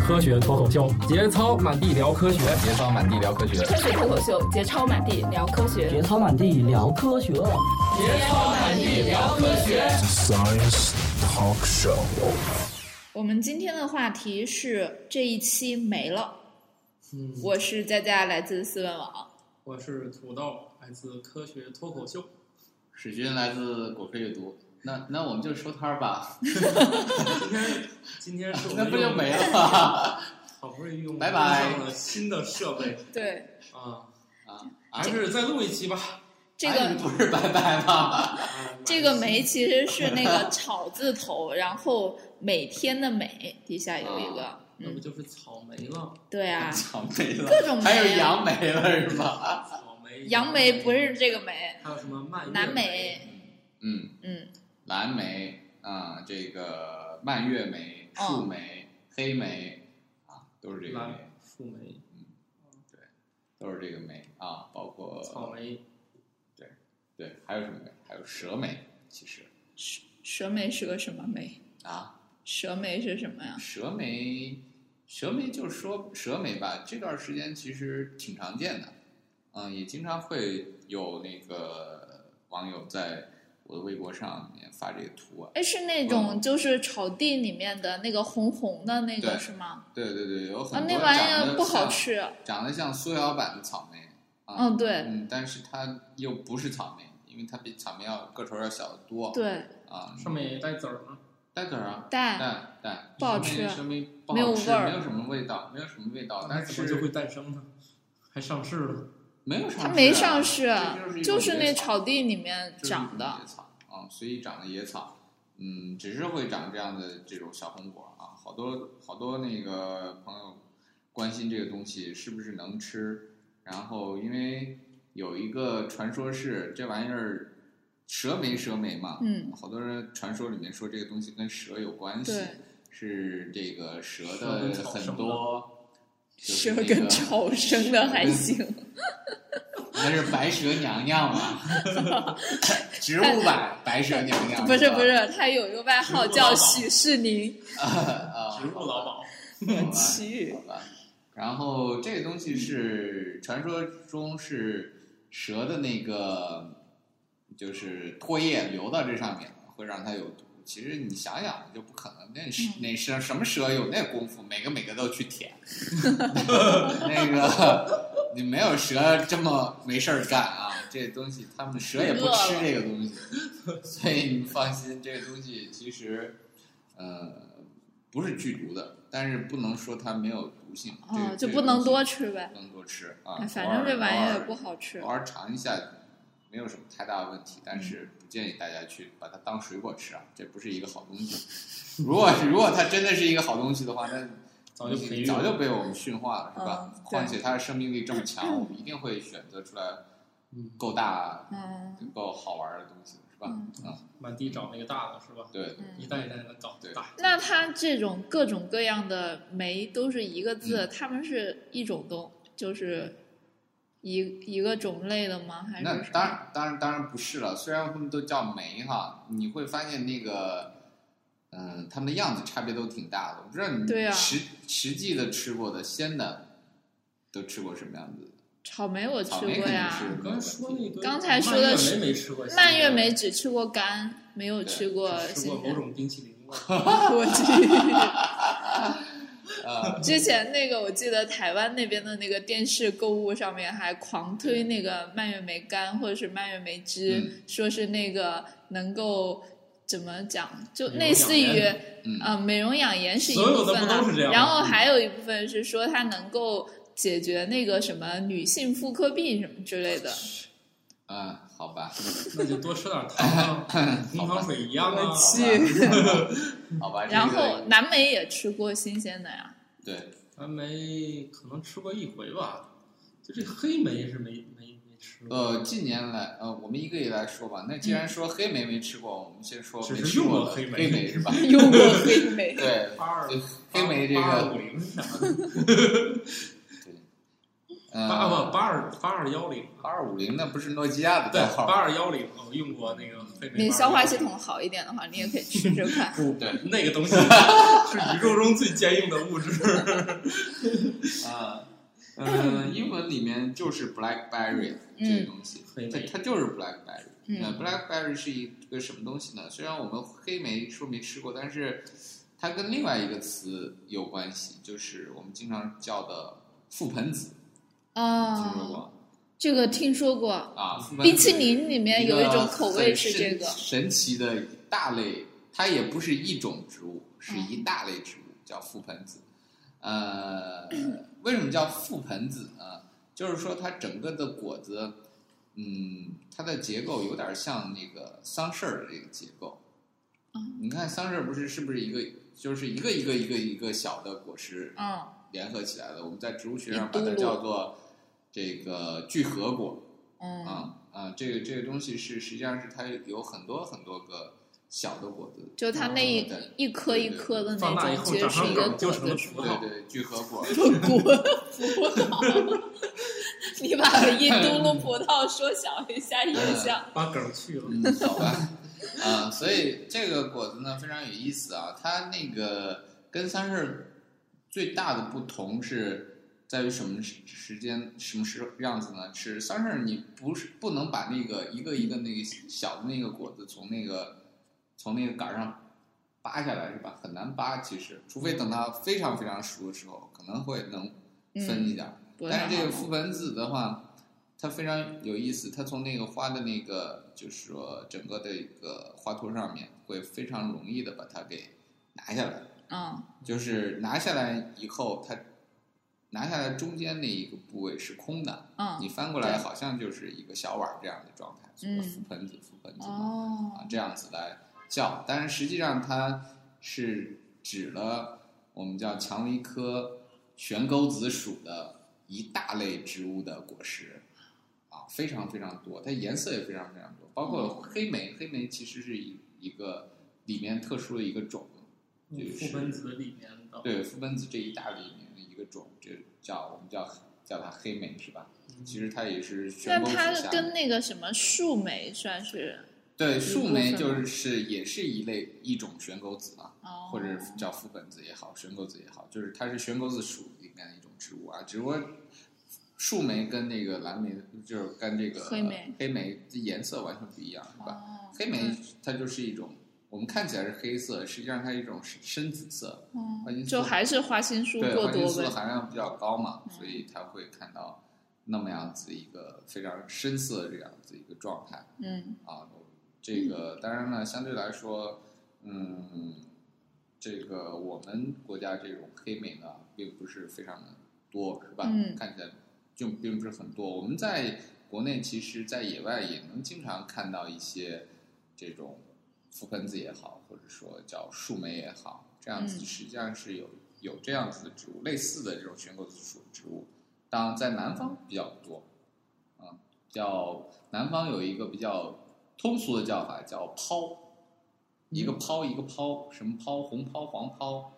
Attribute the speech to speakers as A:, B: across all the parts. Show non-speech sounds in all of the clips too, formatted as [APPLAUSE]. A: 科学脱口秀，节操满地聊科学，
B: 节操满地聊科学，
C: 科学脱口秀，节操满地聊科学，
D: 节操满地聊科学，
E: 节操满地聊科学。
F: Science Talk Show。
E: 我们今天的话题是这一期没了。嗯、我是佳佳，来自思问网。
G: 我是土豆，来自科学脱口秀。
B: 史军来自果壳阅读。那那我们就收摊儿吧。
G: 今天今天是我
B: 们 [LAUGHS] 那不就没了吗？
G: 好不容易用
B: 拜拜
G: 了新的设备。
E: 对。
G: 啊啊！还是再录一期吧。
B: [LAUGHS]
G: 啊
E: 这个
B: 不是拜拜吧？
E: 这个“梅”其实是那个草字头，然后每天的“每”底下有一个。
G: 啊那不就是草莓了？
E: 对啊，
B: [LAUGHS] 草莓了，
E: 各种莓，啊
B: 还有杨梅了是吧？
G: 草莓，
E: 杨梅不是这个梅，
G: 还有什么蔓
E: 南
G: 梅？
B: 嗯
E: 嗯，
B: 蓝莓啊，这个蔓越莓、
E: 嗯
B: 树莓、黑莓啊，都是这个莓。
G: 树莓，
B: 嗯，对，都是这个莓啊，包括
G: 草莓，
B: 对对，还有什么莓？还有蛇莓，其实
E: 蛇蛇莓是个什么莓
B: 啊？
E: 蛇莓是什么呀？
B: 蛇莓。蛇莓就是说蛇莓吧，这段时间其实挺常见的，嗯，也经常会有那个网友在我的微博上面发这个图啊。
E: 哎，是那种就是草地里面的那个红红的那个
B: 对
E: 是吗？
B: 对对对，有很
E: 啊，
B: 多
E: 那
B: 长
E: 玩意
B: 得
E: 儿不好
B: 像
E: 吃。
B: 长得像缩小版的草莓。啊、
E: 嗯，对
B: 嗯，但是它又不是草莓，因为它比草莓要个头要小得多。
E: 对，
B: 啊，
G: 上面也带籽儿吗？
B: 带籽儿啊，
E: 但
B: 带带
E: 不好
B: 蛇莓
E: 吃
B: 蛇莓不
E: 没有
B: 好吃，
E: 味儿
B: 没有什么味道，没有什么味道，
G: 哦
B: 但
G: 那怎么就是会诞生呢？还上市了？
B: 没有上市啊、
E: 它没上市啊
B: 这，就
E: 就是
B: 一种
E: 那
B: 野草
E: 草地里面
B: 就是一种
E: 长的。
B: 野草啊，随意长的野草，嗯，只是会长这样的这种小红果啊，好多好多那个朋友关心这个东西是不是能吃，然后因为有一个传说是这玩意儿蛇莓蛇莓嘛，
E: 嗯，
B: 好多人传说里面说这个东西跟蛇有关系
E: 对，
B: 是这个蛇
G: 蛇
B: 的
G: 跟草
B: 很
G: 生
B: 多。就是
E: 蛇
B: 那
E: 跟
B: 个
E: 草生的
B: 嗯
E: 还
B: [LAUGHS]
E: 行，
B: 那是白蛇娘
E: [LAUGHS]
B: 娘嘛，植物版白蛇娘娘，
E: 不是
B: 吧
E: 不是，他有一个外号叫许世宁，
B: 啊，
G: 植物
B: [LAUGHS]
G: 老鸨。
B: 好吧
E: 奇遇
B: 好吧。然后这个东西是传说中是蛇的那个，就是唾液流到这上面会让它有毒。其实你想想就不可能，那是那蛇什么蛇有那功夫，每个每个都去舔，那个你没有蛇这么没事儿干啊。这东西他们蛇也不吃这个东西，所以你放心，这个东西其实，呃，不是剧毒的，但是不能说它没有毒性，
E: 哦，
B: 这
E: 就
B: 个
E: 不能多
B: 这
E: 吃呗
B: 个东西。不能多吃啊。
E: 哎反正这玩意儿也不好
B: 偶
E: 吃嗯
B: 尔，偶尔尝一下，没有什么太大的问题，但是不建议大家去把它当水果吃啊，这不是一个好东西。 [LAUGHS] 如果如果它真的是一个好东西的话，那
G: 早就培育了
B: 早就被我们驯化了，是吧？
E: 嗯对
B: 况且它的生命力这么强，
E: [CLEARS THROAT]
B: 我们一定会选择出来
G: 嗯，
B: 够大、
E: 嗯，
B: 够好玩的东西，是吧？
E: 嗯
B: 嗯，
G: 满地找那个大的是吧？
B: 对，
G: 一代一代的搞
B: 对
G: 大。
E: 那它这种各种各样的酶都是一个字，
B: 嗯
E: 它们是一种东，就是一一个种类的吗？还是
B: 那
E: 什么
B: 当然，当然，当然不是了。虽然他们都叫梅哈，你会发现那个，嗯、它们的样子差别都挺大的。我不知道你
E: 对啊
B: 实、实际的吃过的鲜的，都吃过什么样子的？
E: 草莓我吃
B: 草莓
E: 过
B: 肯定
E: 呀，
B: 是
G: 刚才说那个，
E: 啊刚才说的
G: 蔓越
E: 是
G: 莓没吃过，
E: 蔓越莓只吃过干，没有
B: 呃对
E: 吃过
G: 吃过
E: 新
G: 某
E: 鲜。
G: 种冰淇淋味儿。
E: 我去。
B: 呃，
G: [LAUGHS]
E: 之前那个我记得台湾那边的那个电视购物上面还狂推那个蔓越莓干或者是蔓越莓汁，
B: 嗯
E: 说是那个能够怎么讲，就
G: 美容
E: 类似
G: 养
E: 于
B: 嗯
E: 呃美容养颜是一
G: 所有的
E: 部分
G: 不
E: 啊
G: 都是这样吗嗯
E: 然后还有一部分是说它能够解决那个什么女性妇科病什么之类的。
B: 嗯，好吧，
G: 那就多吃点糖
B: [LAUGHS]
G: 啊，红糖水一样啊。
B: 好吧。这
E: 然后
B: 个
E: 南美也吃过新鲜
G: [LAUGHS]
E: 的呀，
B: 对，
G: 蓝莓可能吃过一回吧，就这黑莓是没没没吃过，
B: 呃，近年来，呃，我们一个一个来说吧。那既
E: 嗯
B: 然说黑莓没吃过，我们先说
G: 只
B: 没
G: 是
B: 吃
G: 用
B: 过
G: 过
B: 的
G: 黑莓
B: 黑莓是吧？
E: [LAUGHS] 用过黑莓。
B: 对，
G: 八二
B: 黑莓这
G: 八二
B: 个
G: 五零啥的，八
B: 呃，
G: 啊不八二八二幺零，
B: 八二五零那不是诺基亚的
G: 对
B: 啊代号
G: 八
B: 吗？
G: 二幺零，我用过那个黑莓。
E: 你消化系统好一点的话，你也可以吃这
G: [LAUGHS]
E: 款。
G: 不
B: 对
G: 那个东西 [LAUGHS] 是宇宙中最坚硬的物
B: [LAUGHS]
G: 质。
B: 啊，嗯，英文里面就是 BlackBerry 这个东西，
G: 黑
B: 它
G: 莓
B: 它就是 BlackBerry。呃
E: 嗯
B: ，BlackBerry 是一个什么东西呢？虽然我们黑莓说没吃过，但是它跟另外一个词有关系，就是我们经常叫的覆盆子，
G: 嗯
B: 听说
E: 啊，
B: 过
E: 这个听说过，
B: 啊？覆盆子
E: 冰淇淋里面有一种口味是这
B: 一
E: 个
B: 很。神神奇的一大类，它也不是一种植物，是
E: 嗯
B: 一大类植物，叫覆盆子。呃， [CLEARS THROAT] 为什么叫覆盆子呢？就是说它整个的果子，嗯，它的结构有点像那个桑葚儿的这个结构。
E: 嗯
B: 你看桑葚儿不是是不是一个就是一个一个一个一个小的果实
E: 嗯
B: 联合起来的？我们在植物学上
E: 一
B: 把
E: 嘟
B: 它
E: 噜
B: 叫做这个聚合果。
E: 嗯，
B: 啊啊，这个这个东西是实际上是它有很多很多个小的果子，
E: 就它那一
B: 哦对
E: 一颗一颗的
G: 放大以
E: 那种，
G: 后
E: 其实
G: 长
E: 是
G: 成
E: 一
G: 梗
E: 个
G: 就
E: 果
G: 成了
E: 子
G: 葡
E: 出
G: 萄
E: 来
B: 对对，聚合果。
E: 果葡
B: [LAUGHS]
E: 萄。你把一嘟噜葡萄缩小一下影像。
G: 把梗去了，
B: 嗯，好吧，啊，所以这个果子呢非常有意思啊，它那个跟桑葚最大的不同是在于什么时时间什么时样子呢？是桑葚你不是不能把那个一个一个那个小的那个果子从那个从那个杆儿上扒下来是吧？很难扒，其实，除非等它非常非常熟的时候，可能会能分一点儿。
E: 葡萄
B: 但是这个覆盆子的话，它非常有意思，它从那个花的那个，就是说整个的一个花托上面，会非常容易的把它给拿下来。
E: 嗯
B: 就是拿下来以后，它拿下来中间那一个部位是空的，你
E: 嗯
B: 翻过来
E: 对
B: 好像就是一个小碗儿这样的状态，所以
E: 嗯
B: 覆盆子，覆盆子嘛。啊
E: 哦，
B: 这样子来叫，但是实际上它是指了我们叫蔷薇科悬钩子属的一大类植物的果实，啊，非常非常多，它颜色也非常非常多，包括黑莓，黑莓其实是一一个里面特殊的一个种，就是
G: 覆盆子里面的
B: 对，覆盆子这一大类里面的一个种，就叫我们叫叫它黑莓是吧？其实它也是悬
E: 那
B: 钩子
E: 它
B: 下面
E: 跟那个什么树莓算是
B: 对树莓
E: 部分
B: 就
E: 吗
B: 是也是一类一种悬钩子啊。
E: 哦，
B: 或者叫覆盆子也好，悬钩子也好，就是它是悬钩子属里面的一种植物啊。只不过树莓跟那个蓝莓，就是跟这个
E: 黑莓
B: 黑莓的颜色完全不一样，是吧？
E: 哦
B: 黑莓它就是一种，我们看起来是黑色，实际上它是一种深深紫色，
E: 嗯
B: 花青素
E: 就还是花青素
B: 对，
E: 过
B: 花青
E: 多
B: 素的
E: 呗。
B: 含量比较高嘛，
E: 嗯
B: 所以它会看到那么样子一个非常深色这样子一个状态。
E: 嗯
B: 啊，这个当然了，相对来说，嗯，这个我们国家这种黑莓呢，并不是非常的多，是吧？
E: 嗯
B: 看起来就并不是很多。我们在国内，其实在野外也能经常看到一些这种覆盆子也好，或者说叫树莓也好，这样子
E: 嗯
B: 实际上是有有这样子的植物，类似的这种悬钩子属植物，当然在南方比较多。啊，叫南方有一个比较通俗的叫法叫抛，一个抛一个抛，什么抛？红抛、黄抛、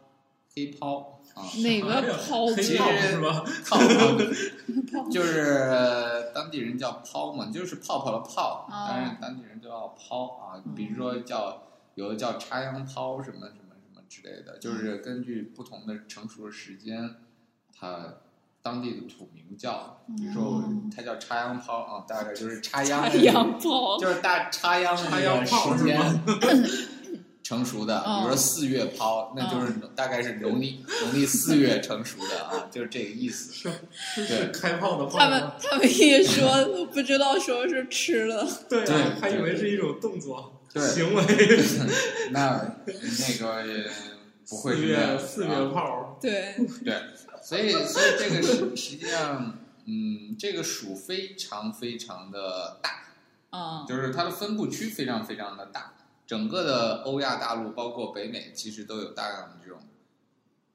B: 黑抛啊，
E: 哪
B: [LAUGHS]
E: 个泡
G: 黑
B: 其
G: 豹
E: 泡
B: 实
G: 是吧？
B: [LAUGHS] 泡泡， [LAUGHS] 就是当地人叫抛嘛，就是泡泡的泡，
E: 哦
B: 但是当地人都要抛啊，比如说叫有的叫插秧抛什么什么什么之类的，就是根据不同的成熟的时间，它。当地的土名叫，比如说我它叫插秧抛啊，大概就是哦插秧，
E: 洋泡？
B: 就是大插秧的
G: 插
B: 那
G: 秧
B: 个
G: 炮
B: 时
G: 是吗
B: 间
G: [LAUGHS]
B: 成熟的，
G: 哦
B: 比如说四月抛，那就是
G: 嗯
B: 大概是农历农历四月成熟的啊，就是这个意思。
G: 是是
B: 对
G: 是开炮的炮
E: 他们
G: 吗？
E: 他们一说都不知道说是吃了，
G: 对啊
B: 对，
G: 还以为是一种动作
B: 对
G: 行为。
B: 那那个也不会
G: 四
B: 是那样
G: 月
B: 子啊
G: 四月炮，
B: [LAUGHS]
E: 对，
B: 对，所以所以这个实实际上，嗯，这个属非常非常的大，
E: 嗯
B: 就是它的分布区非常非常的大，整个的欧亚大陆包括北美，其实都有大量的这种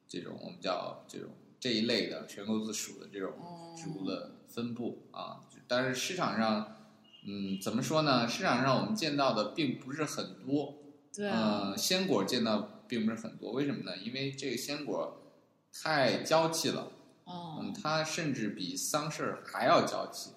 B: 这种我们叫这种这一类的全钩子属的这种植物的分布啊。但是市场上，嗯，怎么说呢？市场上我们见到的并不是很多，
E: 对啊，
B: 嗯，鲜果见到并不是很多，为什么呢？因为这个鲜果太娇气了，
E: 哦、
B: 嗯，它甚至比桑葚还要娇气，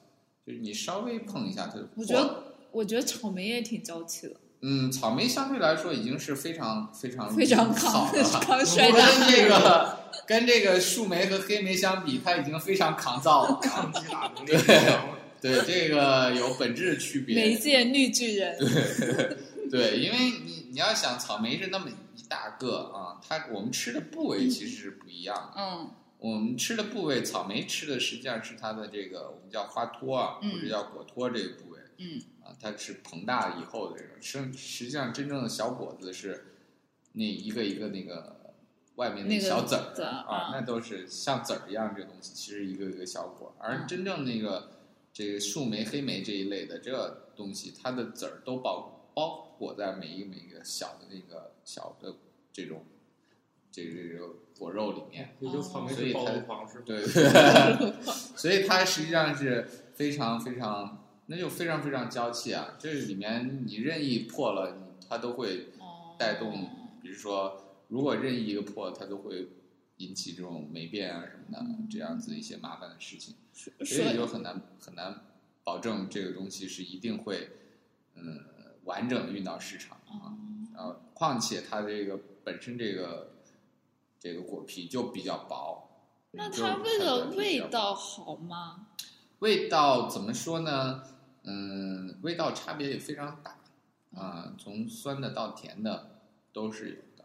B: 就是你稍微碰一下它就
E: 我
B: 破
E: 觉
B: 了。
E: 得我觉得草莓也挺娇气的，
B: 嗯，草莓相对来说已经是非常非常
E: 非常
B: 嗯好啊
E: 抗 [LAUGHS]
B: [LAUGHS] 了，
E: 抗衰
B: 跟
E: 老。
B: 这个跟这个树莓和黑莓相比，它已经非常抗造了。
G: 抗击打能力很强了。
B: [LAUGHS] 对，这个有本质的区别。
E: 媒介绿巨人，
B: 对，因为你你要想草莓是那么一大个啊，它我们吃的部位其实是不一样的。
E: 嗯
B: 我们吃的部位，草莓吃的实际上是它的这个我们叫花托啊，
E: 嗯
B: 或者叫果托这个部位
E: 嗯
B: 啊，它是膨大以后的这种。实实际上真正的小果子是那一个一个那个外面
E: 那个
B: 嗯小籽儿、
E: 籽儿
B: 啊
E: 啊，
B: 那都是像籽儿一样这东西，其实一个一个小果儿。而真正那个这个树莓、黑莓这一类的这东西，它的籽儿都包包裹在每一个每一个小的那个小的这种这个这个果肉里面。
G: 也就草莓
B: 所以
G: 是
B: 它
G: 暴露狂是吧？
B: 对，所以它实际上是非常非常，那就非常非常娇气啊！这里面你任意破了，它都会
E: 哦，
B: 带动，比如说如果任意一个破，它都会引起这种霉变啊什么的这样子一些麻烦的事情，所以
E: 说
B: 就很难很难保证这个东西是一定会嗯完整运到市场
E: 哦
B: 啊。然后，况且它这个本身这个这个果皮就比较薄。
E: 那
B: 就
E: 它为了
B: 判断是比
E: 味
B: 较薄
E: 道好吗？
B: 味道怎么说呢？嗯，味道差别也非常大啊、从酸的到甜的都是有的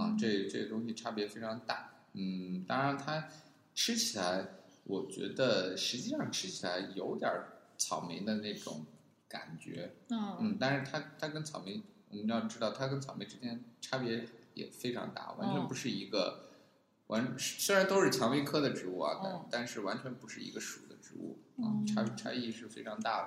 B: 啊、这这东西差别非常大。嗯，当然它吃起来，我觉得实际上吃起来有点儿草莓的那种感觉，
E: 嗯
B: 嗯，但是它它跟草莓，我们要知道它跟草莓之间差别也非常大，完全
E: 哦
B: 不是一个。完，虽然都是蔷薇科的植物啊，但、
E: 哦嗯
B: 但是完全不是一个属的植物啊，差差异是非常大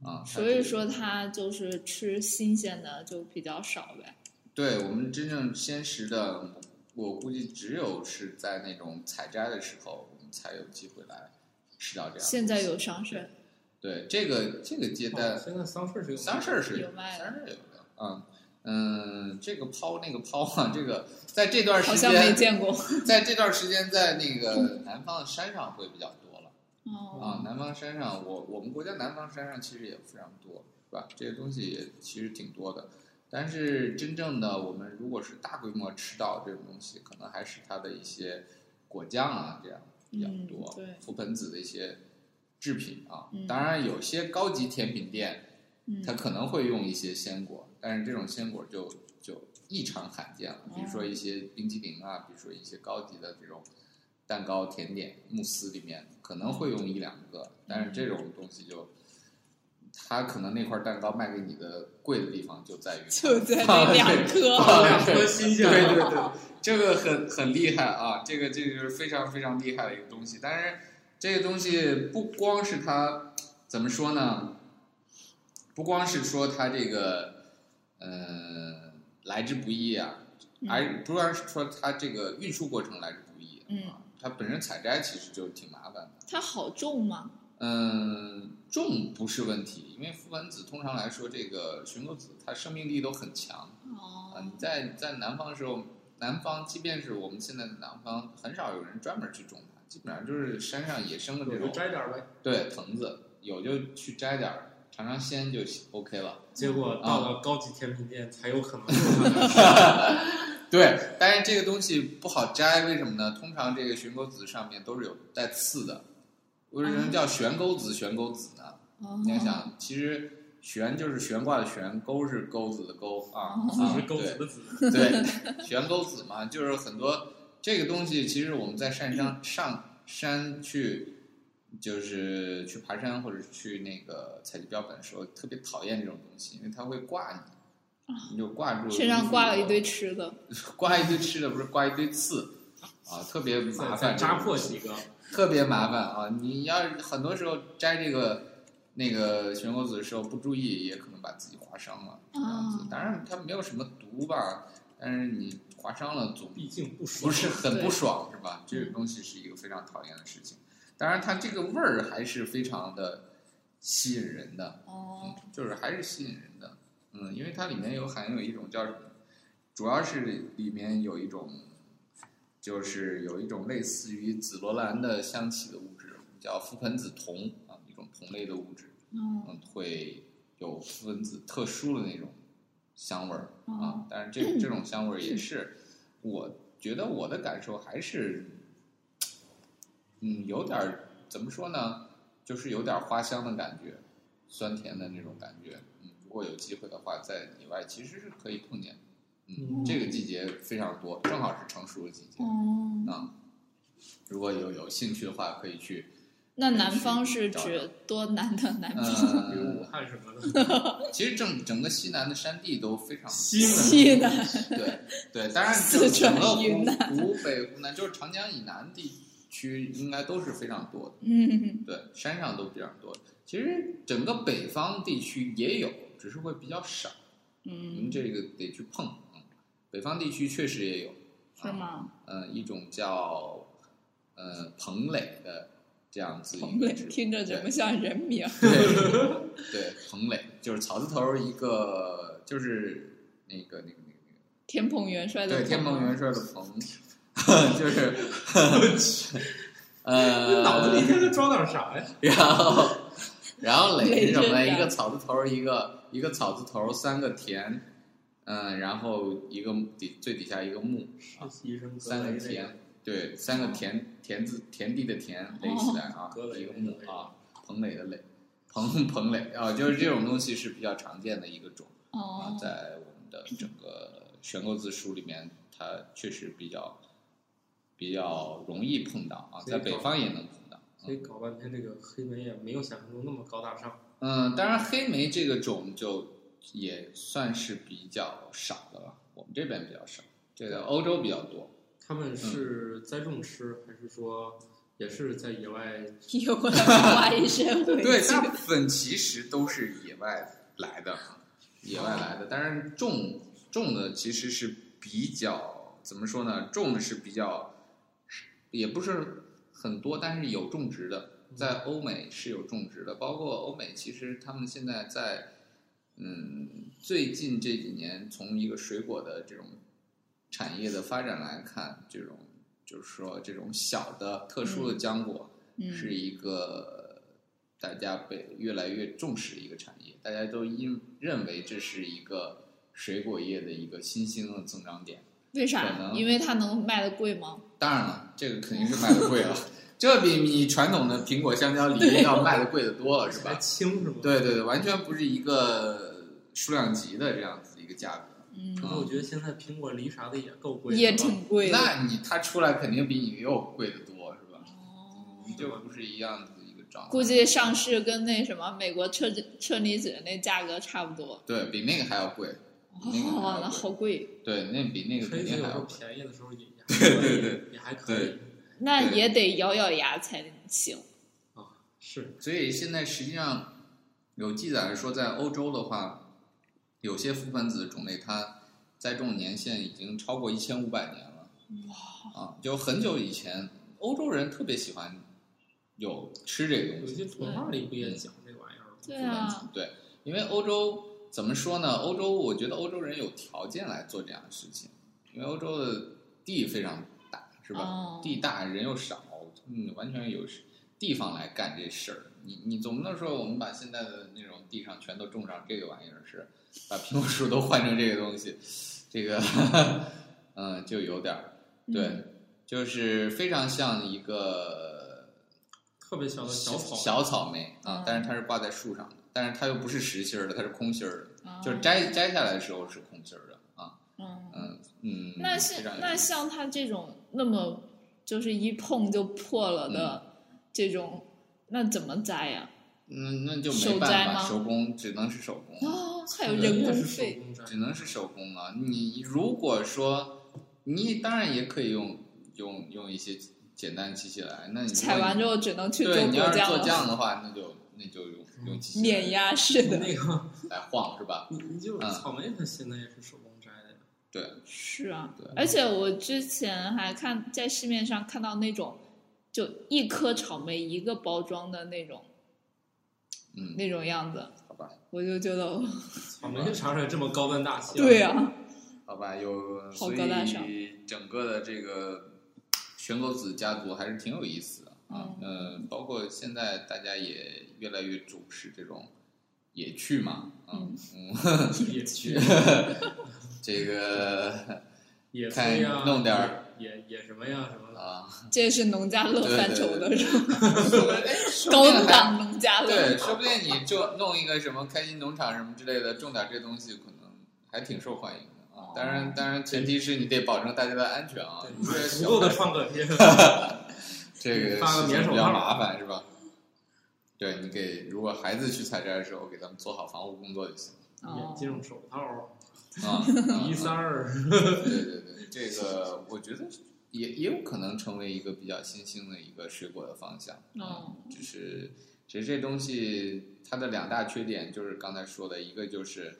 B: 的啊。它
E: 所以
B: 这
E: 说它就是吃新鲜的就比较少呗。
B: 对啊我们真正鲜食的，我估计只有是在那种采摘的时候，我们才有机会来吃到这样的东西。
E: 现在有桑葚，
B: 对这个这个阶段
G: 哦，现在桑葚是有
B: 三事儿是
E: 有卖的
B: 三事儿有的，嗯嗯，这个抛那个抛啊，这个在这段
E: 好
B: 时
E: 像没
B: 间，
E: 见过。
B: 在这段时间在那个南方的山上会比较多了
E: 哦，
B: 啊，南方山上我我们国家南方山上其实也非常多，是吧？这些东西也其实挺多的，但是真正的我们如果是大规模吃到这种东西，可能还是它的一些果酱啊这样比较
E: 嗯
B: 多，
E: 对
B: 覆盆子的一些制品啊，
E: 嗯
B: 当然有些高级甜品店。
E: 嗯，
B: 它可能会用一些鲜果，但是这种鲜果就就异常罕见了。比如
E: 哦
B: 说一些冰激凌啊，比如说一些高级的这种蛋糕、甜点、慕斯里面可能会用一两个，但是这
E: 嗯
B: 种东西就，它可能那块蛋糕卖给你的贵的地方就在于
E: [LAUGHS] 就在那两颗。
B: 放了
G: 两颗啊新鲜
B: 啊对对对，这个很很厉害啊，这个这个就是非常非常厉害的一个东西。但是这个东西不光是它怎么说呢？不光是说它这个呃来之不易啊，而不光是说它这个运输过程来之不易、啊，
E: 嗯，
B: 它本身采摘其实就挺麻烦的。
E: 它好种吗？
B: 嗯，种不是问题，因为覆盆子通常来说，这个寻狗子它生命力都很强。啊，
E: 哦
B: 你，在在南方的时候，南方即便是我们现在的南方，很少有人专门去种它，基本上就是山上野生的这
G: 我就
B: 种
G: 摘点儿呗。
B: 对藤子，有就去摘点儿尝尝鲜就行 OK 了。
G: 结果到
B: 啊
G: 了高级甜品店才有可能用它来
B: 对，但是这个东西不好摘，为什么呢？通常这个悬钩子上面都是有带刺的，为什么叫悬钩子？悬钩子呢？
E: 哦
B: 你要想，其实悬就是悬挂的悬，钩是钩子的
E: 哦
B: 钩啊，
G: 子
B: 啊
G: 是钩
B: 对
G: 子的子，
B: 对，悬钩子嘛，就是很多这个东西，其实我们在山上上山去，就是去爬山或者去那个采集标本的时候，特别讨厌这种东西，因为它会挂你，你就挂住
E: 哦身
B: 衣
E: 上
B: 服
E: 挂了
B: 以后
E: 一堆，吃的，
B: 挂一堆吃的，不是挂一堆刺。啊，特别麻
G: 再
B: 烦
G: 再，扎破
B: 这个
G: 几个，
B: 特别麻烦啊！你要是很多时候摘这个那个悬钩子的时候不注意，也可能把自己划伤了。这样子
E: 哦，
B: 当然它没有什么毒吧，但是你划伤了总
G: 毕竟不熟。
B: 不是很不
E: 对
B: 爽是吧？这个东西是一个非常讨厌的事情。当然，它这个味儿还是非常的吸引人的，嗯
E: 哦，，
B: 就是还是吸引人的，嗯，因为它里面有含有一种叫什么，主要是里面有一种就是有一种类似于紫罗兰的香气的物质，叫覆盆子酮啊，一种酮类的物质，
E: 嗯
B: 嗯，会有覆盆子特殊的那种香味儿啊
E: 哦。
B: 但是这这种香味儿也是，我觉得我的感受还是，嗯，有点儿怎么说呢，就是有点儿花香的感觉，酸甜的那种感觉。嗯，如果有机会的话，在野外其实是可以碰见。嗯，
G: 嗯
B: 这个季节非常多，正好是成熟的季节。
E: 哦，
B: 啊，如果有有兴趣的话，可以去。
E: 那南方是指多南的南方？
G: [LAUGHS] 比如武
B: 嗯，
G: 汉什么
E: [LAUGHS]
G: 的，
B: 其实整整个西南的山地都非常
E: 西
G: 西
E: 南
G: 南，
B: 对对，当然
E: 四
B: 整
E: 川
B: 整个
E: 云南
B: 湖湖北、湖南，就是长江以南地区，应该都是非常多
E: [LAUGHS]
B: 的。
E: 嗯，
B: 对，山上都比较多。其实整个北方地区也有，只是会比较少。您
E: 嗯，
B: 这个得去碰。嗯，北方地区确实也有。
E: [LAUGHS] 是吗？
B: 嗯，一种叫呃彭磊的这样子一个
E: 彭磊
B: 植物
E: 听着怎么像人名？
B: 对对，彭磊就是草字头儿一个，就是那个那个那个那
E: 天蓬元帅
B: 个，
E: 的
B: 对，天蓬元帅的彭， [LAUGHS] 就是呃，
G: 脑子里天天装点啥呀？
B: 然后然后
E: 磊
B: 磊是什么呢？
E: 是
B: 一
E: 啥
B: 个草字头儿，一个一个草字头儿，三个田，嗯，然后一个底最底下一个木，
G: 实习生格
B: 三
G: 雷
B: 个
G: 那
B: 田，对，三个田田字田地的田垒起来啊，
G: 格
B: 一
G: 雷
B: 个
G: 那
B: 木
G: 个
B: 啊，彭磊的磊，彭彭磊啊，就是这种东西是比较常见的一个种啊
E: 哦，，
B: 在我们的整个选购字书里面，它确实比较比较容易碰到啊，
G: 所以
B: 在北
G: 搞
B: 方也能碰到。
G: 所以搞半天这个黑莓也没有想象中那么高大上。
B: 嗯，当然黑莓这个种就也算是比较少的了，我们这边比较少，这个欧洲比较多。
G: 他们是栽种吃，还是说也是在野外？
E: 一会儿挖一身回去。
B: 对，大部分其实都是野外来的，野外来的。但是种种的其实是比较怎么说呢？种的是比较，也不是很多，但是有种植的，在欧美是有种植的。包括欧美，其实他们现在在嗯最近这几年，从一个水果的这种产业的发展来看，这种就是说这种小的特殊的浆果。
E: 嗯，
B: 是一个大家被越来越重视的一个产业，大家都因认为这是一个水果业的一个新兴的增长点。
E: 为
B: 可
E: 啥？
B: 能
E: 因为它能卖的贵吗？
B: 当然了，这个肯定是卖的
E: [LAUGHS]
B: 贵了，这比你传统的苹果、香蕉、梨要卖的贵的多了，是
E: [LAUGHS]
G: 还
B: 吧？
G: 轻是吗？。
B: 对对对，完全不是一个数量级的这样子一个价格。
E: 嗯，
G: 可是我觉得现在苹果、梨啥的也够贵，
E: 也
G: 是吧
E: 挺贵的。
B: 那你它出来肯定比你又贵的多，是吧？
E: 哦
B: 就不是一样的一个
E: [LAUGHS]
B: 状态。
E: 估计上市跟那什么美国车车厘子那价格差不多。
B: 对比那个还要贵，比那个还
E: 哦，
B: 要
E: 那
B: 贵
E: 好贵，
B: 对，那比那个
G: 车
B: 肯
G: 厘子
B: 定
G: 有
B: 还
G: 时
B: 要
G: 候
B: 贵。
G: 便宜的时候
B: [LAUGHS]
G: 也也还可以，
B: 对对
G: 也还可以
B: 对
E: 那也得咬咬牙才行。
G: 啊。是
B: 所以现在实际上有记载说，在欧洲的话，有些覆盆子种类它栽种年限已经超过一千五百年了。啊，就很久以前，欧洲人特别喜欢有吃这个
G: 有
B: 东西。
G: 些动画里不也讲这玩意儿吗？
E: 对啊，
B: 对，因为欧洲怎么说呢？欧洲我觉得欧洲人有条件来做这样的事情，因为欧洲的地非常大，是吧？
E: 哦
B: 地大人又少，嗯，完全有地方来干这事儿。你你总不能说我们把现在的那种地上全都种上这个玩意儿是，把苹果树都换成这个东西，这个， [LAUGHS] 嗯，就有点儿对，就是非常像一个
G: 特别小的
B: 小
G: 草，
B: 小草莓啊
E: 嗯，
B: 但是它是挂在树上的，但是它又不是实心儿的，它是空心儿的，
E: 啊
B: 就是摘摘下来的时候是空心儿的啊，
E: 嗯，
B: 嗯嗯，
E: 那
B: 非
E: 是
B: 常有
E: 那
B: 意思
E: 像它这种那么就是一碰就破了的这种，那怎么摘呀？
B: 嗯，那就
E: 手
B: 没
E: 摘
B: 办法，
E: 吗
B: 手工只能是手工，
E: 哦，还有
B: 这个
E: 人
G: 也
E: 工
G: 是手
E: 费，
G: 工摘
B: 只。能是手工啊。你如果说你当然也可以用用用一些简单机器来，那你如果
E: 采完之后只能去
B: 对你
E: 果
B: 要是
E: 酱
B: 做
E: 了，
B: 酱的话，那就那就用用机器
E: 碾
B: 来
E: 压式的。 [LAUGHS]
G: 那
B: [LAUGHS]
G: 个，
B: 来晃是吧？
G: 你你就
B: 嗯
G: 草莓，它现在也是手工摘的呀。
B: 对，
E: 是啊
B: 对，
E: 而且我之前还看在市面上看到那种，就一颗草莓一个包装的那种
B: 嗯，
E: 那种样子，
B: 好吧，
E: 我就觉得
G: 草莓查出来这么高端大气、
E: 对，啊，
B: 好吧，有
E: 好
B: 所
E: 高大上
B: 以整个的这个玄狗子家族还是挺有意思的啊
E: 嗯。
B: 呃，包括现在大家也越来越重视这种野趣嘛，嗯嗯，
G: 野
B: [LAUGHS]
G: 去
B: 这个
G: 野
B: 看
G: 炊呀，
B: 弄点儿
G: 野野什么呀什么的，
B: 啊，
E: 这是农家乐
B: 对
E: 范畴
B: 对
E: 的是吧？
B: [LAUGHS] 哎说不
E: 高
B: 定还
E: 档农家乐
B: 对，，说不定你就弄一个什么开心农场什么之类的，种点这东西，可能还挺受欢迎的啊。当然，当然前提是你得保证大家的安全啊。你这
G: 哦对，
B: 小
G: 足够的
B: 孩
G: 创可贴。
B: 这个
G: 发个
B: 事
G: 棉
B: 情
G: 手
B: 比较
G: 套
B: 麻烦是吧？对你给如果孩子去采摘的时候，给他们做好防护工作就行
E: 哦
G: 眼镜、手套、 [LAUGHS]
B: 啊。
G: 鼻塞
B: 啊
G: 儿，
E: 嗯
B: 对对对，这个我觉得也也有可能成为一个比较新兴的一个水果的方向。啊
E: 哦，
B: 就是其实这东西它的两大缺点就是刚才说的，一个就是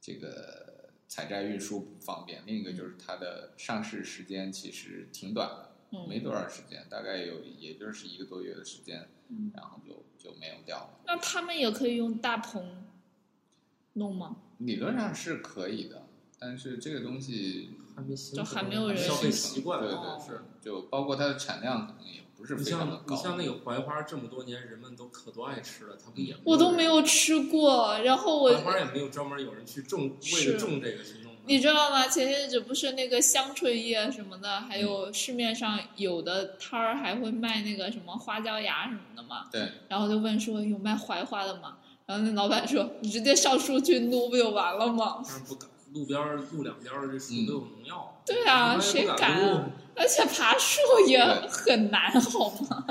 B: 这个采摘运输不方便，另一个就是它的上市时间其实挺短的，
E: 嗯
B: 没多少时间，大概有也就是一个多月的时间，
E: 嗯
B: 然后就就没有掉了。
E: 那他们也可以用大棚弄吗？
B: 理论上是可以的，但是这个东西，
G: 还没形
E: 就
G: 成
E: 还没有人
G: 消费习惯，
B: 对
E: 哦
B: 对是，就包括它的产量可能也不是
G: 你
B: 非常的
G: 像
B: 高。
G: 你像那个槐花，这么多年人们都可多爱吃了，它不也
E: 我都没有吃过，然后我
G: 槐花也没有专门有人去种，为
E: 是
G: 了种这个去弄的。
E: 你知道吗？前些日子不是那个香椿叶什么的，还有市面上有的摊儿还会卖那个什么花椒芽什么的嘛。
B: 对。
E: 然后就问说有卖槐花的吗？然后那老板说你直接上树去撸不就完了吗？
G: 但是不敢，路边儿路两边儿这
B: 嗯
G: 树都有农药。
E: 对啊
G: 一般人
E: 谁
G: 不
E: 敢
G: 撸
E: 啊而且爬树也
B: 对
E: 很难，好吗？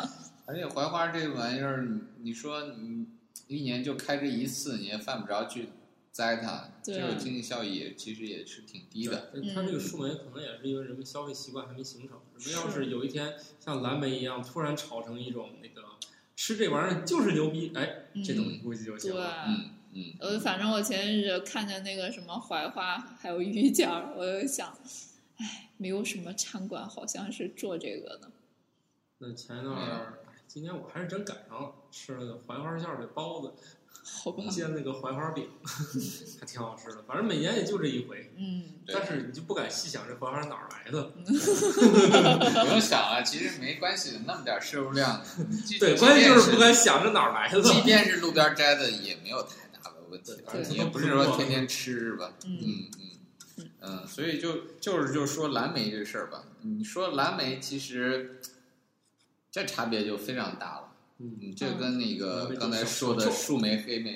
B: 而且槐花这玩意儿，你你说你一年就开这一次，你也犯不着去栽它，
E: 对
B: 这个经济效益也其实也是挺低的。
G: 对，但它这个树莓可能也是因为人们消费习惯还没形成。人们要是有一天像蓝莓一样突然炒成一种那个吃这玩意儿就是牛逼，哎，这种估计就
E: 对
G: 行。了。
B: 嗯嗯，
E: 我呃反正我前日看见那个什么槐花，还有榆钱儿，我就想，唉，没有什么餐馆好像是做这个的。
G: 那前一段儿，哎今年我还是真赶上了，吃了个槐花馅儿的包子，
E: 好吧，
G: 煎那个槐花 [LAUGHS] 饼，还挺好吃的。反正每年也就这一回，
E: 嗯，
B: 对
G: 但是你就不敢细想这槐花哪儿来的。
B: 不用想啊，其实没关系的，那么点摄入量，
G: [LAUGHS]
B: 即
G: 对，
B: 即
G: 关键就
B: 便
G: 是不敢想这哪儿来的。
B: [LAUGHS] 即便是路边摘的，也没有太大的问题，
G: 对
B: 而且
G: 对
B: 也不是说天天吃是吧？
E: 嗯
B: 嗯嗯嗯，所以就就是就说蓝莓这事儿吧，你说蓝莓其实这差别就非常大了，
G: 嗯
B: 嗯，这跟那个
G: 嗯
B: 刚才说的树莓、黑莓，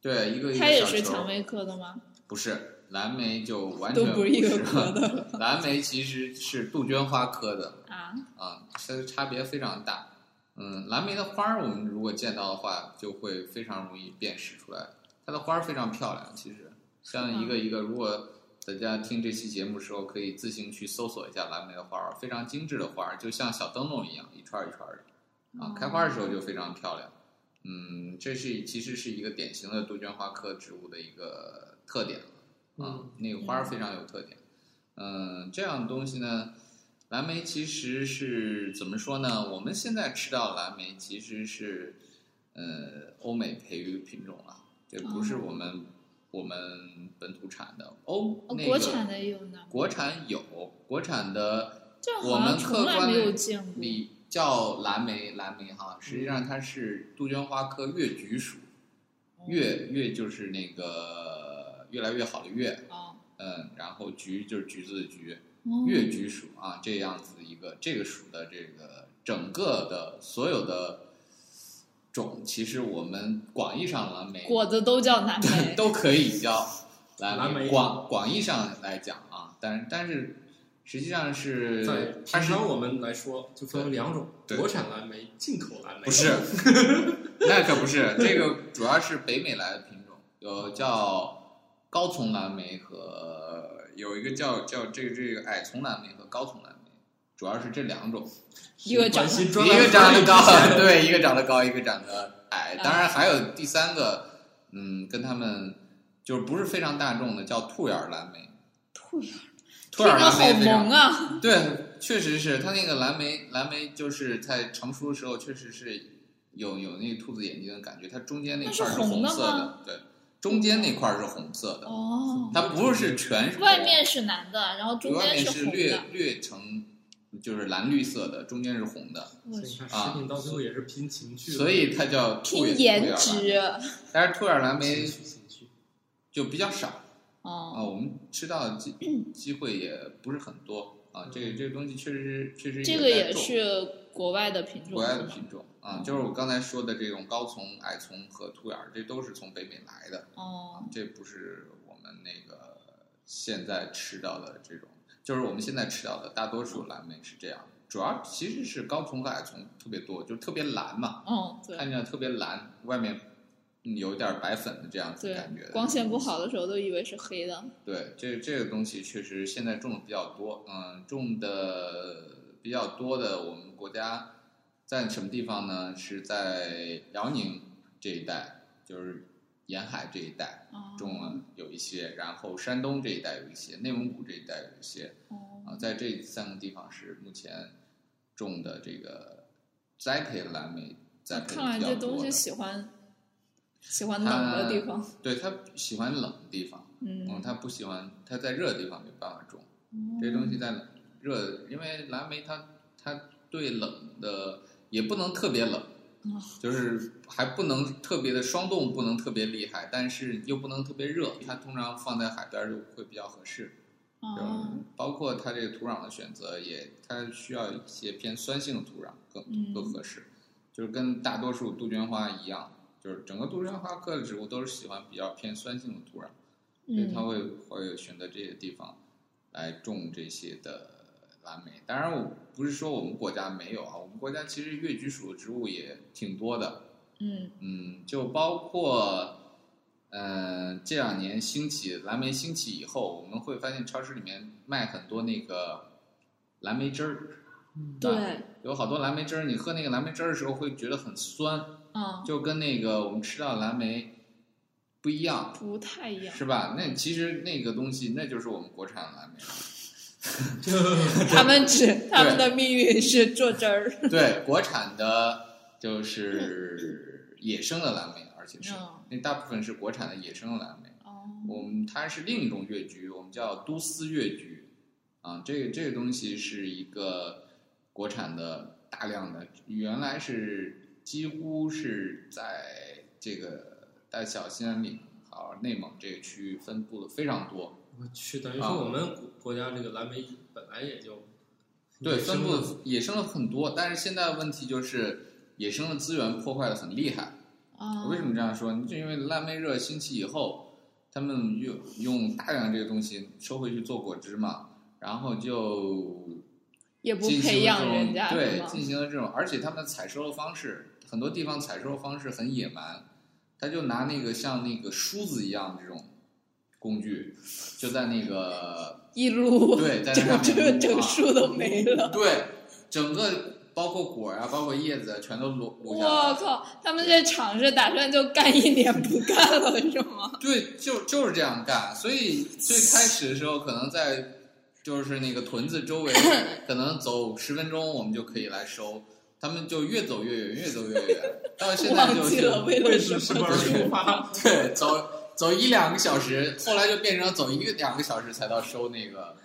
B: 对，一个一
E: 它
B: 个
E: 也
B: 小
E: 是
B: 球
E: 蔷
B: 儿，
E: 薇科的吗？
B: 不是蓝莓就完
E: 都
B: 全
E: 不是一个科
B: 是
E: 的
B: [LAUGHS] 蓝莓其实是杜鹃花科的，
E: 啊。
B: 啊，它的差别非常大。嗯，蓝莓的花儿，我们如果见到的话，就会非常容易辨识出来。它的花儿非常漂亮，其实像一个一个，如果大家听这期节目的时候，可以自行去搜索一下蓝莓的花儿，非常精致的花儿，就像小灯笼一样，一串儿一串儿的啊，开花的时候就非常漂亮。嗯，这是其实是一个典型的杜鹃花科植物的一个特点了啊，
E: 嗯
B: 那个花儿非常有特点。嗯，这样的东西呢，蓝莓其实是怎么说呢？我们现在吃到的蓝莓其实是，呃，欧美培育品种了，这不
E: 哦
B: 是我们、我们本土产的。欧、
E: 哦，
B: 那个
E: 国产的也有呢，
B: 国产有国产的，
E: 这
B: 我
E: 好
B: 们
E: 像
B: 客
E: 从来
B: 观
E: 没有
B: 的
E: 见过。
B: 你叫蓝莓蓝莓哈，实际上它是杜鹃花科越橘属，
E: 哦
B: 越越就是那个越来越好的越，
E: 哦，
B: 嗯，然后橘就是橘子的橘，
E: 哦
B: 越橘属啊，这样子的一个这个属的这个整个的所有的种，其实我们广义上蓝莓
E: 果子都叫南莓。
B: [LAUGHS] 都可以叫蓝
G: 蓝
B: 莓，
G: 莓
B: 广广义上来讲啊，但但是实际上
G: 在
B: 是它
G: 平
B: 是
G: 常我们来说，就分为两种：
B: 对
G: 国产蓝莓、进口蓝莓。
B: 不是， [LAUGHS] 那可不是，这个主要是北美来的品种，有叫高丛蓝莓和有一个叫叫这个这个矮丛蓝莓和高丛蓝莓，主要是这两种。
E: 一个长
G: 关心专
B: 一
G: 栏
B: 个长得高 [LAUGHS]
G: 专
E: [LAUGHS]
G: 栏，
B: 对，一个长得高，一个长得矮。
E: 嗯
B: 当然还有第三个，嗯，跟他们就是不是非常大众的，叫兔眼儿蓝莓。
E: 兔眼，
B: 兔
E: 这
B: 眼儿
E: 个
B: 蓝
E: 好
B: 莓非常
E: 萌啊！
B: 对，确实是它那个蓝莓，蓝莓就是在成熟的时候，确实是有有那个兔子眼睛的感觉。它中间那
E: 那
B: 块儿
E: 是红
B: 红
E: 的
B: 色的，
E: 吗
B: 对，中间那块儿是红色的，
E: 哦，
B: 它不是全是红
E: 外面是男的，然后中
B: 外
E: 间
B: 面
E: 红
B: 略
E: 的。
B: 略呈就是蓝绿色的，中间是红的，
E: 我
G: 所以
E: 去，
G: 你看食品到最后也是拼情趣的，
B: 所以它叫兔
E: 拼
B: 眼
E: 颜
B: 兔眼蓝
E: 值
B: 但是兔眼蓝莓
G: 情趣情趣。
B: 就比较少啊，
E: 哦，
B: 我们吃到的机机会也不是很多啊。这个这个东西确实是确实
E: 这个
B: 在
E: 也
B: 种
E: 是国外的嗯品种，
B: 国外的
E: 是吗
B: 品种啊，就是我刚才说的这种高丛、矮丛和兔眼儿，这都是从北美来的，
E: 哦，
B: 这不是我们那个现在吃到的这种，就是我们现在吃到的大多数蓝莓是这样，主要其实是高丛和矮丛特别多，就特别蓝嘛，
E: 嗯，对
B: 看起来特别蓝，外面嗯有点白粉的这样子感觉
E: 对，，光线不好的时候都以为是黑的，
B: 对，这这个东西确实现在种的比较多，嗯，种的比较多的，我们国家在什么地方呢？是在辽宁这一带，就是沿海这一带
E: 哦
B: 种了有一些，然后山东这一带有一些，内蒙古这一带有一些，
E: 哦
B: 啊，在这三个地方是目前种的这个栽培蓝莓栽培
E: 看
B: 的
E: 来
B: 比较
E: 这
B: 多
E: 东西
B: 的，
E: 喜欢喜欢冷的地方，
B: 对它喜欢冷的地方，嗯，
E: 嗯，
B: 它不喜欢它在热的地方没办法种。嗯这东西在热，因为蓝莓它它对冷的也不能特别冷，
E: 嗯
B: 就是还不能特别的霜冻，不能特别厉害，但是又不能特别热。它通常放在海边儿就会比较合适。就是
E: 哦，
B: 包括它这个土壤的选择也，它需要一些偏酸性的土壤更
E: 嗯
B: 更合适。就是跟大多数杜鹃花一样，就是整个杜鹃花科的植物都是喜欢比较偏酸性的土壤。所以他
E: 嗯，
B: 会会选择这些地方来种这些的蓝莓。当然，我不是说我们国家没有啊，我们国家其实越橘属的植物也挺多的，
E: 嗯，
B: 嗯，就包括。嗯、这两年兴起蓝莓兴起以后，我们会发现超市里面卖很多那个蓝莓汁儿，
E: 对，
B: 有好多蓝莓汁儿。你喝那个蓝莓汁儿的时候会觉得很酸，
E: 嗯，
B: 就跟那个我们吃到的蓝莓不一样。
E: 不太一样，
B: 是吧？那其实那个东西，那就是我们国产蓝莓。
E: 他们只他们的命运是做汁
B: [LAUGHS]
E: 儿，
B: 对，国产的就是野生的蓝莓，而且是
E: 嗯
B: 那大部分是国产的野生的蓝莓。
E: 哦，
B: 我们它是另一种越橘，我们叫都司越橘啊。这个这个东西是一个国产的大量的，原来是几乎是在这个大小兴安岭还有内蒙这个区域分布的非常多。
G: 我去，等于
B: 啊
G: 说我们国国家这个蓝莓本来也就
B: 对，
G: 野生
B: 分布
G: 的
B: 野生的很多，但是现在问题就是野生的资源破坏的很厉害。
E: 啊，
B: 为什么这样说？就因为蓝莓热兴起以后，他们用用大量这个东西收回去做果汁嘛，然后就
E: 也不
B: 进
E: 培
B: 行了
E: 养
B: 这种
E: 人家是
B: 对，
E: 吗？
B: 进行了这种，而且他们采收的方式，很多地方采收的方式很野蛮，他就拿那个像那个梳子一样的这种工具，就在那个
E: 一撸， [LAUGHS]
B: 对在那
E: 整
B: 上面撸
E: 整整
B: 啊
E: 树都没了。
B: 对整个包括果啊，包括叶子啊，全都裸撸下来了
E: 我靠！他们这厂是打算就干一年不干了是吗？
B: 对，就就是这样干。所以最开始的时候，可能在就是那个屯子周围，可能走十分钟，我们就可以来收。他们就越走越远，越走越远，到现在就
E: 忘记
B: 是
E: 了为
G: 为
E: 了
G: 什
E: 什
G: 么
E: 么
G: 而出发？
B: 对走走一两个小时，后来就变成走一个两个小时才到收那个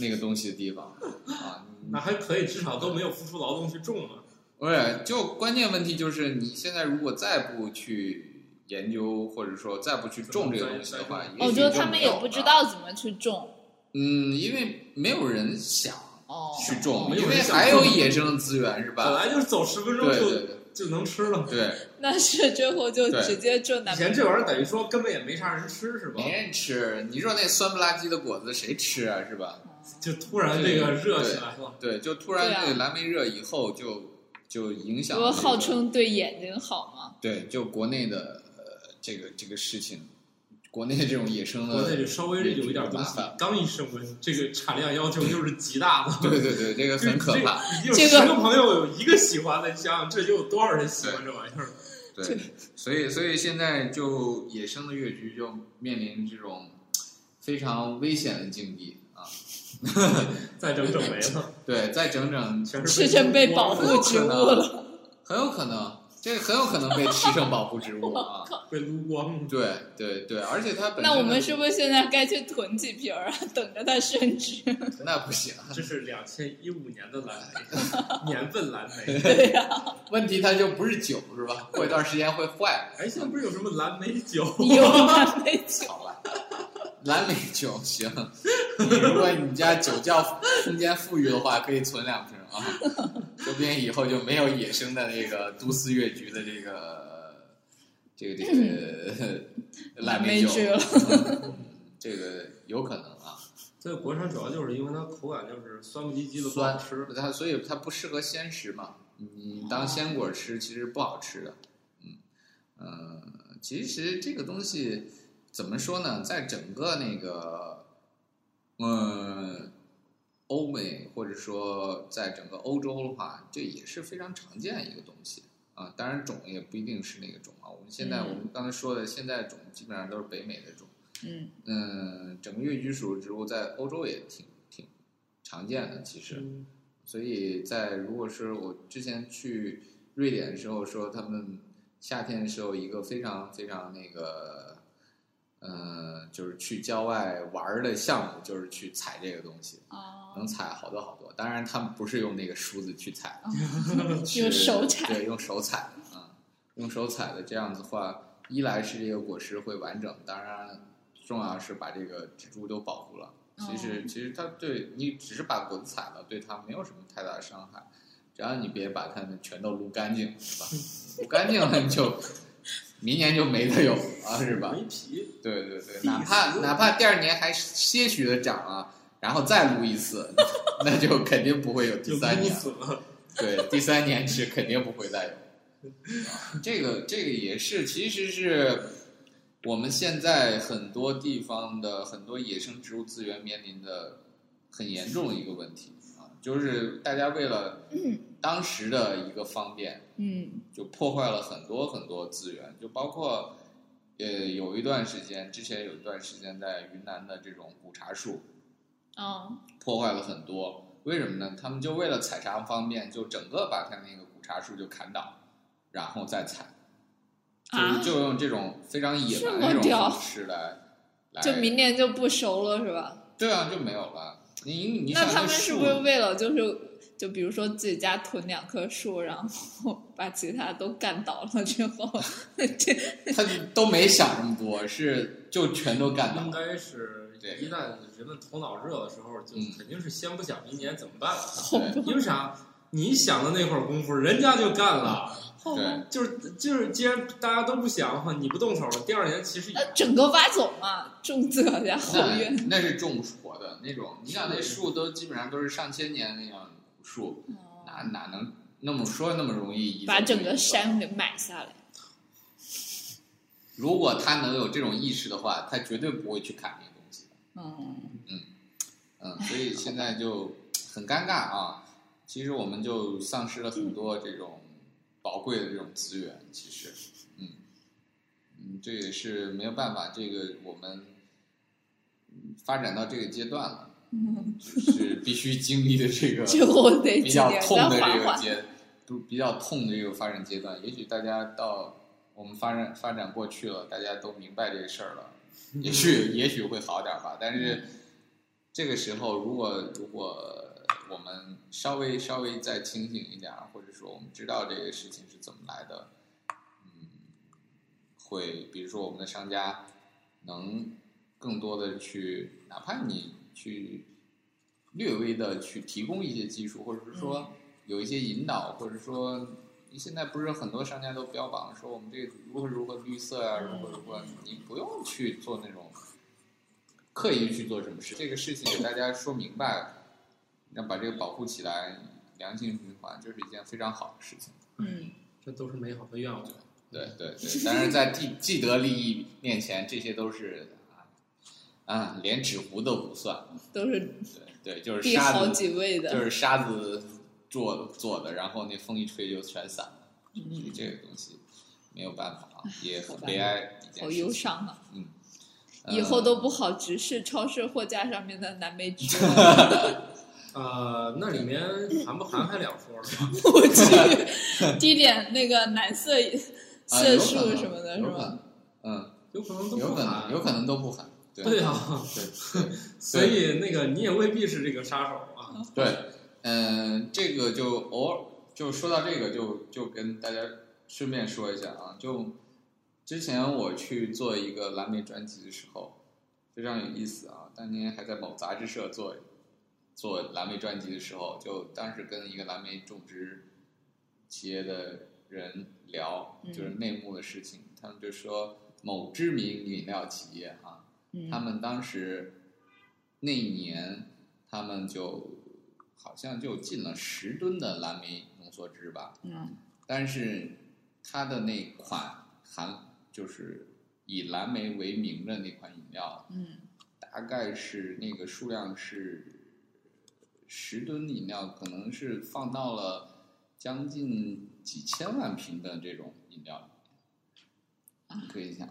B: 那个东西的地方啊。
G: 那还可以，至少都没有付出劳动去种嘛。
B: 不是，就关键问题就是，你现在如果再不去研究，或者说再不去种这个东西的话，也
E: 我
B: 许
E: 觉
B: 就
E: 得哦他们
B: 没
E: 也
B: 有
E: 不知
B: 了
E: 道怎么去种
B: 嗯，因为没有人想
E: 哦。
B: 去种，
G: 没有
B: 因为
G: 人想
B: 还
G: 种
B: 有野生的资源是
G: 本
B: 吧？
G: 来就是走十分钟
B: 对
G: 就
B: 对
G: 就能吃了。
B: 对，
E: [LAUGHS] 那是最后就
B: 对
E: 直接种南
G: 以前这玩意儿等于说根本也没啥人吃，是吧？
B: 没人吃。你说那酸不拉几的果子谁吃啊？是吧？
G: 就突然这个热起来了。
B: 对，就突然
E: 对啊
B: 那个蓝莓热以后就，就影响
E: 不
B: 了
E: 过
B: 这
E: 号
B: 个
E: 称对眼睛好嘛，
B: 对，就国内的呃这个这个事情，国内这种野生
G: 国内
B: 的
G: 就，稍微有一点东西
B: 麻，烦
G: 刚一升温，这个产量要求就是极大的。
B: [LAUGHS] 对对对，这个很可
E: [LAUGHS]
B: 怕。
G: 嗯有
E: 这
G: 十
E: 个
G: 个朋友有一个喜欢的，你想想这就有多少人喜欢这玩意儿？
B: 对，所以所以现在就野生的越橘就面临这种非常危险的境地啊。
G: 再整整
B: [LAUGHS]
G: 没了，
B: 对，再整整
G: 全是
E: 是真被保
G: 光
E: 护植物了。
B: 很有可能，这个很有可能被吃成保
E: [LAUGHS]
B: 护植物啊。
G: 被撸光。
B: 对对对，而且它本身
E: 那我们是不是现在该去囤几瓶儿啊？等着它升
B: [LAUGHS]
E: 值。
B: 那不行，
G: 这是两千一五年的蓝
E: [LAUGHS]
G: 莓，年份蓝莓。
E: 对呀、
B: 问题它就不是酒是吧？过一段时间会坏
G: 哎，现在不是有什么蓝莓
B: [LAUGHS]
G: 酒？
E: 有蓝莓酒，
B: 好吧？蓝莓酒行，你如果你家酒窖空间富裕的话，可以存两瓶啊，说不定以后就没有野生的那个都市越橘的这个这个这个蓝莓酒
E: 蓝莓，
B: 嗯 [LAUGHS] 这个有可能啊。
G: 在国产主要就是因为它口感就是酸不唧唧的，不
B: 酸
G: 好吃。
B: 它所以它不适合鲜食嘛，你当鲜果吃其实不好吃的。嗯，呃，其实这个东西怎么说呢，在整个那个，嗯，欧美或者说在整个欧洲的话，这也是非常常见的一个东西啊。当然种也不一定是那个种啊。我们现在、
E: 嗯
B: 我们刚才说的，现在种基本上都是北美的种。
E: 嗯，
B: 嗯，整个越橘属植物在欧洲也挺挺常见的，其实。
G: 嗯
B: 所以在如果是我之前去瑞典的时候，说他们夏天的时候一个非常非常那个，呃，就是去郊外玩儿的项目，就是去采这个东西，
E: 啊，
B: 能采好多好多。当然，他们不是用那个梳子去采，
E: 哦 [LAUGHS]
B: 是
E: 用手采，
B: 对，用手采啊、用手采的这样子的话，一来是这个果实会完整，当然重要是把这个植株都保护了。其实
E: 哦
B: 其实它对你只是把果子采了，对它没有什么太大的伤害，只要你别把它们全都撸干净，
E: [LAUGHS]
B: 是吧？撸干净了你就明年就没得有了，是吧？
G: 没皮，
B: 对对对，哪怕哪怕第二年还些许的长啊，然后再撸一次， [LAUGHS] 那就肯定不会有
G: 就
B: 第三
G: 撸
B: 年了。
G: 死了。
B: 对，第三年是肯定不会再有。啊这个这个也是，其实是我们现在很多地方的很多野生植物资源面临的很严重的一个问题啊，就是大家为了当时的一个方便，
E: 嗯
B: 就破坏了很多很多资源，就包括呃有一段时间，之前有一段时间在云南的这种古茶树，
E: 哦，
B: 破坏了很多。为什么呢？他们就为了采茶方便，就整个把它那个古茶树就砍倒，然后再采，就是
E: 啊
B: 就用这种非常野蛮的
E: 这么
B: 这种
E: 屌
B: 方式来来。
E: 就明年就不收了是吧？
B: 对啊，就没有了。你你
E: 那
B: 想
E: 他
B: 这
E: 们是
B: 树
E: 不是为了就是就比如说自己家囤两棵树，然后 [LAUGHS] 把其他都干倒了之后， [LAUGHS] 这
B: 他都没想那么多，是就全都干
G: 应
E: 嗯
B: 倒。
G: 该是
B: 对
G: 一旦人们头脑热的时候，就
B: 嗯
G: 肯定是先不想明年怎么办了，
B: 对
G: 因为啥？你想的那会儿功夫，人家就干了，
E: 后
B: 对
G: 就是就是，既然大家都不想的话，你不动手，第二年其实也
E: 那整个挖走嘛，重责呀，后院
B: 那那是种活的那种，你想那
G: 是
B: 树都基本上都是上千年那样树，
E: 哦
B: 哪哪能那么说那么容易移走
E: 把整
B: 就
E: 个
B: 移走
E: 山给买下来。
B: 如果他能有这种意识的话，他绝对不会去砍那个东西的。
E: [LAUGHS] 嗯，
B: 嗯，所以现在就很尴尬啊。其实我们就丧失了很多这种宝贵的这种资源。其实，嗯嗯，这也是没有办法，这个我们嗯发展到这个阶段了，就是必须经历的这
E: [LAUGHS]
B: 个
E: 最后得
B: 比
E: 几
B: 较
E: 年
B: 痛
E: 再
B: 的
E: 缓
B: 这个
E: 缓。
B: 阶，都比较痛的这个发展阶段。也许大家到我们发展发展过去了，大家都明白这个事
E: [LAUGHS]
B: 儿了，也许也许会好点儿吧。但是这个时候，如果如果我们稍微稍微再清醒一点儿，或者说我们知道这个事情是怎么来的，嗯，会比如说我们的商家能更多的去，哪怕你去略微的去提供一些技术，或者是说有一些引导，或者说现在不是很多商家都标榜说我们这个如何如何绿色啊，如何如何，你不用去做那种刻意去做什么事，这个事情给大家说明白，那把这个保护起来，良性循环就是一件非常好的事情。
E: 嗯，
G: 这都是美好的愿望。
B: 对对对，但是在既既得利益面前，这些都是啊啊，连纸糊都不算。
E: 都是
B: 对对，就是
E: 第
B: 沙
E: 好
B: 子，
E: 几位的。
B: 就是沙子做的做的，然后那风一吹就全散了。所以
E: 嗯，
B: 这个东西没有办法啊，也
E: 好
B: 很
E: 吧
B: 悲哀一
E: 好
B: 件
E: 忧
B: 事情。
E: 伤啊！
B: 嗯，
E: 以后
B: 呃 [LAUGHS]
E: 都不好直视超市货架上面的蓝莓汁。
G: 呃，那里面含不含还两说是吧？
E: 我去，滴点那个男色
B: 啊
E: 色
B: 有可
E: 素
B: 能
E: 什么的，是
B: 有可
E: 吧？
B: 能，嗯，
G: 有可能都
B: 有
G: 不
B: 可能，
G: 含，
B: 有可能都不含，对
G: 对啊，
B: 对
G: 所以那个你也未必是这个杀手啊。
B: 对，嗯，这个就偶尔就说到这个，就就跟大家顺便说一下啊，就之前我去做一个蓝莓专辑的时候，非常有意思啊，当年还在某杂志社做做蓝莓专辑的时候，就当时跟一个蓝莓种植企业的人聊，就是内幕的事情，他们就说某知名饮料企业啊，
E: 嗯
B: 他们当时那一年，他们就好像就进了十吨的蓝莓浓缩汁吧，
E: 嗯，
B: 但是它的那款含就是以蓝莓为名的那款饮料，
E: 嗯，
B: 大概是那个数量是十吨饮料，可能是放到了将近几千万瓶的这种饮料里面，你可以想，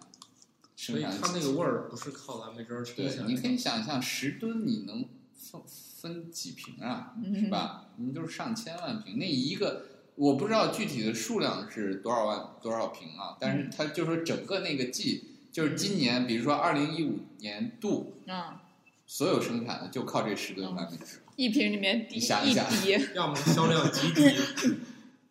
G: 所
B: 生
G: 以
B: 产
G: 它
B: 几
G: 那个味儿不是靠蓝莓汁儿
B: 嗯对
G: 冲起，来
B: 你可以
G: 的，
B: 想象十吨你能分分几瓶啊，
G: 嗯
B: 是吧？你就是上千万瓶，那一个我不知道具体的数量是多少万多少瓶啊，但
G: 嗯
B: 是它就说整个那个季，就是今年，比如说二零一五年度
E: 啊，
B: 所有生产的就靠这十
G: 哦
B: 吨蓝莓汁，
E: 一瓶里面滴
B: 你想一
E: 一
B: 想
E: 滴，
G: 要么销量极低，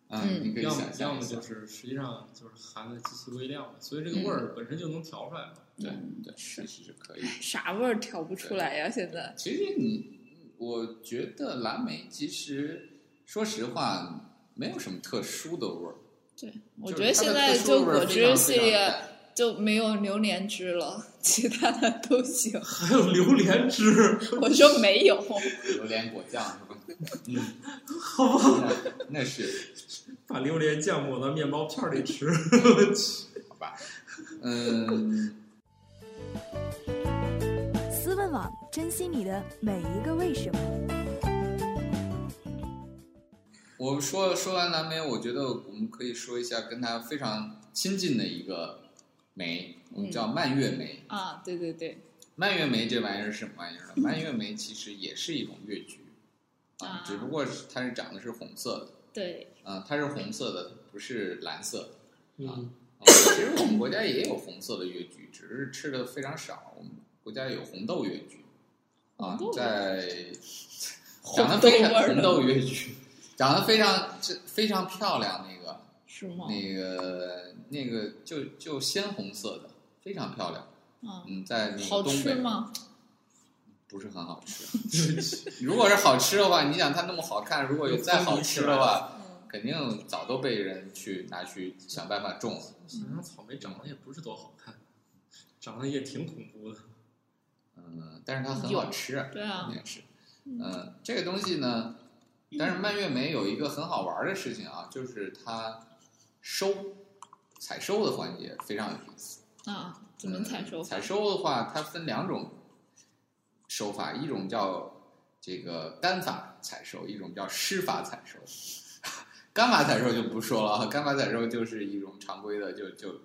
B: 嗯，你可以
G: 要么
B: 想
G: 要
B: 象
G: 么
B: 一下
G: 就，是实际上就是含的极其微量的，所以这
B: 嗯
G: 个味儿本身就能调出来嘛。 [LAUGHS]
B: 对对，其实是可以的。
E: 啥味儿调不出来呀？现在，
B: 其实你，我觉得蓝莓其实说实话没有什么特殊的味儿。
E: 对，我
B: 就
E: 觉
B: 是
E: 得
B: 它
E: 现
B: 的
E: 在
B: 特殊
E: 就
B: 味儿
E: 果
B: 非
E: 汁
B: 常
E: 系
B: 非常
E: 列
B: 淡
E: 就没有榴莲汁了，其他的都行。
G: 还有榴莲汁，
E: 我说没有，
B: 榴莲果酱是吧？嗯，好吧，那是
G: 把榴莲酱抹到面包片儿里吃， [LAUGHS]
B: 好吧，嗯，
D: 思问网，珍惜你的每一个为什么。
B: 我说说完蓝莓，我觉得我们可以说一下跟它非常亲近的一个酶，我们
E: 嗯
B: 叫蔓越莓。
E: [LAUGHS] 啊，对对对，
B: 蔓越莓这玩意儿是什么玩意儿呢？蔓越莓其实也是一种越菊啊
E: 啊，
B: 只不过是它是长的是红色
E: 对，
B: 的，啊，它是红色的，不是蓝色的。
G: 嗯，
B: 嗯其实我们国家也有红色的越菊，只是吃的非常少。我们国家有红豆越菊，啊
E: 红豆，
B: 在
E: 红
B: 长得
E: 豆
B: 非
E: 味
B: 常
E: 儿
B: 红
E: 的
B: 豆越菊，长得非常这非常漂亮，那个
E: 是吗？
B: 那个那个就就鲜红色的，非常漂亮。
E: 啊，
B: 嗯，在那个
E: 好
B: 东
E: 吃
B: 北
E: 吗？
B: 不是很好吃。 [LAUGHS] 如果是好吃的话，你想它那么好看，如果有再好吃的话，肯定早都被人去拿去想办法种了。
G: 想想草莓长得也不是多好看，长得也挺恐怖的。
B: 嗯，但是它很好吃。
E: 对啊，
B: 也是，嗯，这个东西呢，但是蔓越莓有一个很好玩儿的事情啊，就是它收采收的环节非常有意思。
E: 啊，怎么采收
B: 嗯
E: 法？
B: 采收的话，它分两种手法，一种叫这个干法采收，一种叫湿法采收。 [LAUGHS] 干法采收就不说了啊，干法采收就是一种常规的，就就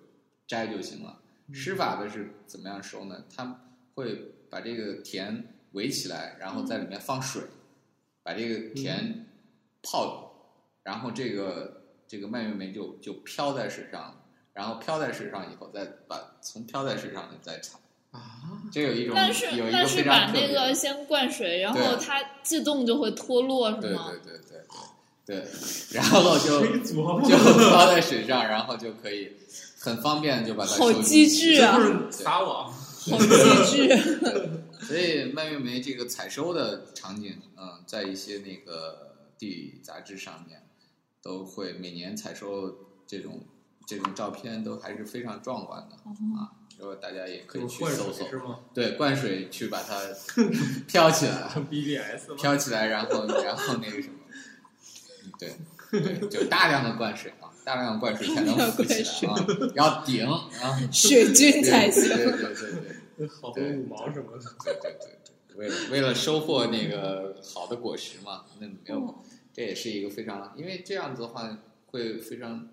B: 摘就行了。湿法的是怎么样收呢？它会把这个田围起来，然后在里面放水，把这个田泡，然后这个这个蔓越莓就就飘在水上了。然后飘在水上以后，再把从飘在水上的再采
G: [LAUGHS]
B: 啊，这有一种
E: 但是
B: 有一
E: 但
B: 个
E: 是
B: 非
E: 把
B: 常特
E: 那
B: 别的
E: 个先灌水，然后
B: 对
E: 它自动就会脱落，
B: 对
E: 是
B: 对
E: 吗？
B: 对对对对，然后就
G: 谁琢磨？ [LAUGHS]
B: 就飘在水上，然后就可以很方便地就把它
E: 好
B: 收集
E: 机智啊，
G: 就是撒网，
E: 好机
B: [LAUGHS]
E: 智！啊
B: 所以蔓越莓这个采收的场景，嗯，在一些那个地理杂志上面都会每年采收这种这种照片都还是非常壮观的
E: 哦
B: 啊。如果大家也可以去
G: 灌
B: 搜
G: 水
B: 搜，
G: 是吗
B: 对，灌水去把它 [LAUGHS] 飘起来，
G: ？BBS 吗？
B: 飘起来，然后 [LAUGHS] 然后那个什么，嗯对，对，就大量的灌水啊，大量的灌水才能浮起来啊，要顶啊，
E: 水军
B: 对
E: 才
B: 对
E: 行。
B: 对对对对对
G: 好多五毛什么的。
B: 对对对，为了为了收获那个好的果实嘛，那没有，
E: 哦
B: 这也是一个非常，因为这样子的话会非常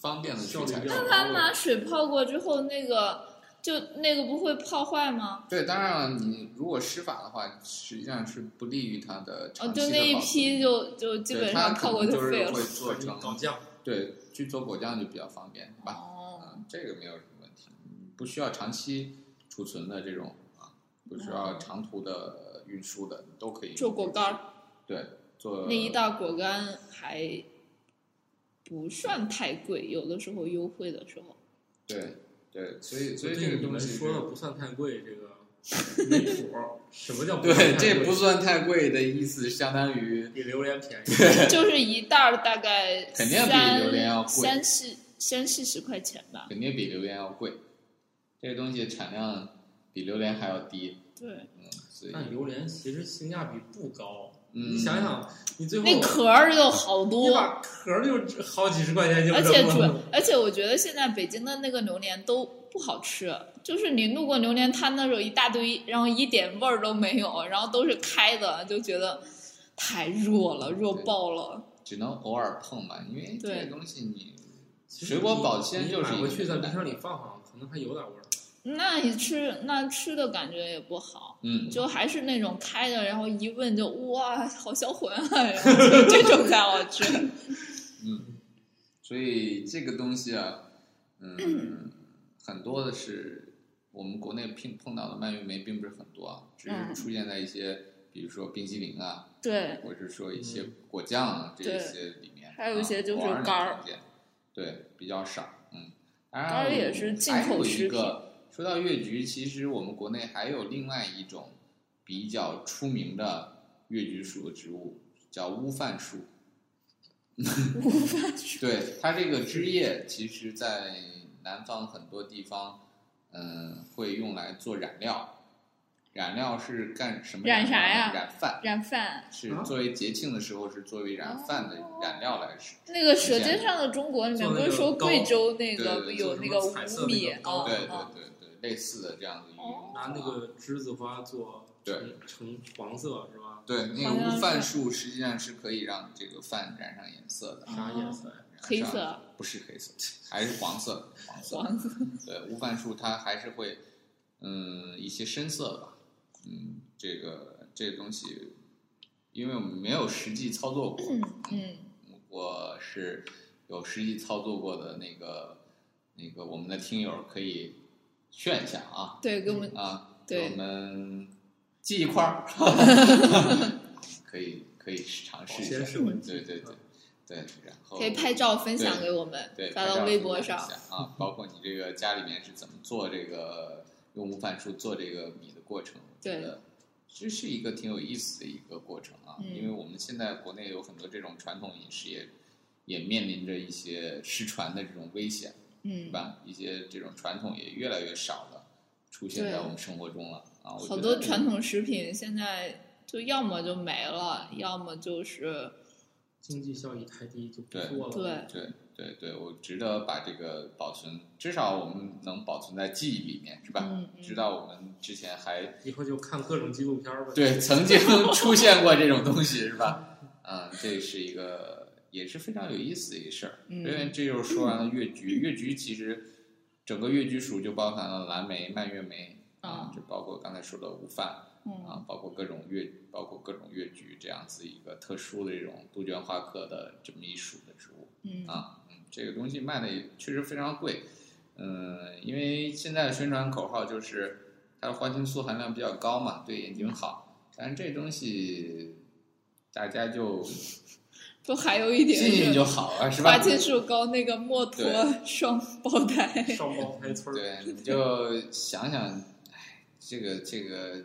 B: 方便的去
G: 效率
B: 采
G: 比
B: 收
G: 较。
E: 他拿水泡过之后，那个就那个不会泡坏吗？
B: 对，当然了，你如果施法的话，实际上是不利于它的
E: 哦，
B: 长期
E: 就
B: 的
E: 那一
B: 保存
E: 批就就基本
B: 对它
E: 上
B: 可
E: 泡过
B: 能就是
E: 废
B: 会
E: 了。
B: 做
G: 嗯搞
B: 成
G: 酱，
B: 对去做果酱就比较方便，是吧？
E: 哦，
B: 嗯，这个没有什么问题，不需要长期储存的这种啊，不需
E: 哦
B: 要长途的运输的，你都可以
E: 做果干儿
B: 对，做
E: 那一袋果干还不算太贵，有的时候优惠的时
B: [LAUGHS]
E: 候。
B: 对对，所以所以这
G: 对
B: 个
G: 你
B: 东
G: 们
B: 西
G: 说的
B: 是
G: 不算太贵，这个 [LAUGHS] 没谱儿。什么叫不算 [LAUGHS]
B: 对，
G: 太
B: 这
G: 贵
B: 不算太贵的意思，相当于
G: 比榴莲便宜。
E: 就是一袋儿大概
B: 肯定比榴莲要
E: 三
B: 贵
E: 三四三四十块钱吧。
B: 肯定比榴莲要贵，这个东西产量比榴莲还要低，
E: 对，
B: 嗯，所以
G: 但榴莲其实性价比不高，
B: 嗯
G: 你想想，你最后
E: 那壳儿有好
G: 你
E: 多，
G: 把壳儿就值好几十块钱就
E: 而且
B: [LAUGHS]
G: 扔
E: 主
G: 了，
E: 而且我觉得现在北京的那个榴莲都不好吃，就是你路过榴莲摊的时候一大堆，然后一点味儿都没有，然后都是开的，就觉得太弱了，弱爆了。
B: 只能偶尔碰吧，因为这
E: 对
B: 个东西你
G: 其实
B: 水果保鲜
G: 你
B: 就是
G: 买
B: 一
G: 回
B: 个
G: 去在
B: 门
G: 冰箱
B: 槛
G: 里放放，可能还有点味儿。
E: 那你吃那吃的感觉也不好，
B: 嗯，
E: 就还是那种开的，然后一问就哇，好销魂啊，然后就这种才好吃。
B: 嗯，所以这个东西啊，嗯，很多的是我们国内碰碰到的蔓越莓并不是很多啊，只是
E: 嗯
B: 出现在一些，比如说冰激凌啊，
E: 对，
B: 或者说一些果酱啊、这一
E: 对
B: 些里面，
E: 还有一些就是
B: 啊偶尔能
E: 干儿
B: 看见对，比较少，嗯，当然
E: 干儿也
B: 我
E: 是进
B: 还
E: 口
B: 有一
E: 食
B: 个说到越橘，其实我们国内还有另外一种比较出名的越橘属的植物，叫乌饭树。
E: [LAUGHS]
B: [LAUGHS] 对它这个枝叶，其实在南方很多地方，嗯，会用来做染料。染料是干什么料呢？
E: 染啥呀
B: 染饭
E: 染饭
B: 是作为节庆的时候是作为
E: 哦
B: 染饭的染料来使。
E: 那个《舌尖上的中国》里面不是说贵州那个
B: 对对
E: 有
G: 对
E: 那个
G: 做什么彩色
E: 五米
G: 那个糕
E: 啊
B: 对对
E: 啊，
B: 对对，类似的这样的一
E: 哦
B: 种
G: 拿那个栀子花做
B: 对
G: 成黄色是吧？
B: 对那
E: 好像
B: 个
E: 是
B: 乌饭树实际上是可以让这个饭染上颜色的，
G: 啥颜色呀？
E: 嗯
B: 染上
E: 黑色
B: 不是黑色，还是黄色，黄色。
E: 黄色
B: 对，乌饭树它还是会，嗯，一些深色吧，嗯，这个这个东西，因为我们没有实际操作过，
E: 嗯，
B: 我是有实际操作过的那个那个我们的听友可以炫一下啊
E: 对，给我们
B: 啊，
E: 对
B: 给我们寄一块儿，
E: [LAUGHS]
B: 可以可以尝试
G: 保
B: 一
G: 鲜
B: 下，
G: 是问题。
B: 对对对对，然后
E: 可以拍照分享给我们
B: 对，，
E: 发
B: 拍照
E: 到微博
B: 分享
E: 上
B: 一。下啊，包括你这个家里面是怎么做这个用无饭树做这个米的过程，我觉
E: 对
B: 得这是一个挺有意思的一个过程啊，
E: 嗯
B: 因为我们现在国内有很多这种传统饮食也也面临着一些失传的这种危险，对
E: 嗯，
B: 吧？一些这种传统也越来越少了，出现
E: 对
B: 在我们生活中了啊，我觉
E: 好
B: 得
E: 多
B: 这
E: 传统食品现在就要么就没了，要么就是
G: 经济效益太低就不
B: 对
G: 做了。
E: 对
B: 对对对，我值得把这个保存，至少我们能保存在记忆里面，是吧？
E: 嗯嗯
B: 知道我们之前还
G: 以后就看各种纪录片儿吧。
B: 对曾经 [LAUGHS] 出现过这种东西，是吧？嗯，这是一个也是非常有意思的一个事儿，因为
E: 嗯
B: 这就是说完了越橘，越橘其实整个越橘属就包含了蓝莓、蔓越莓啊
E: 啊，
B: 就包括刚才说的无饭。
E: 嗯
B: 啊，包括各种越，包括各种越橘这样子一个特殊的这种杜鹃花科的这么一属的植物，
E: 嗯
B: 啊，嗯，这个东西卖的也确实非常贵，嗯，因为现在的宣传口号就是它的花青素含量比较高嘛，对眼睛好，但是这东西大
E: [LAUGHS]
B: 家就
E: 都还有一点
B: 信信
E: 是
B: 就好了，是吧
E: 花？青素高那个墨脱
B: 对
E: 双胞胎，
G: 双胞胎村儿，
B: [LAUGHS] 对，你就想想，哎，这个这个，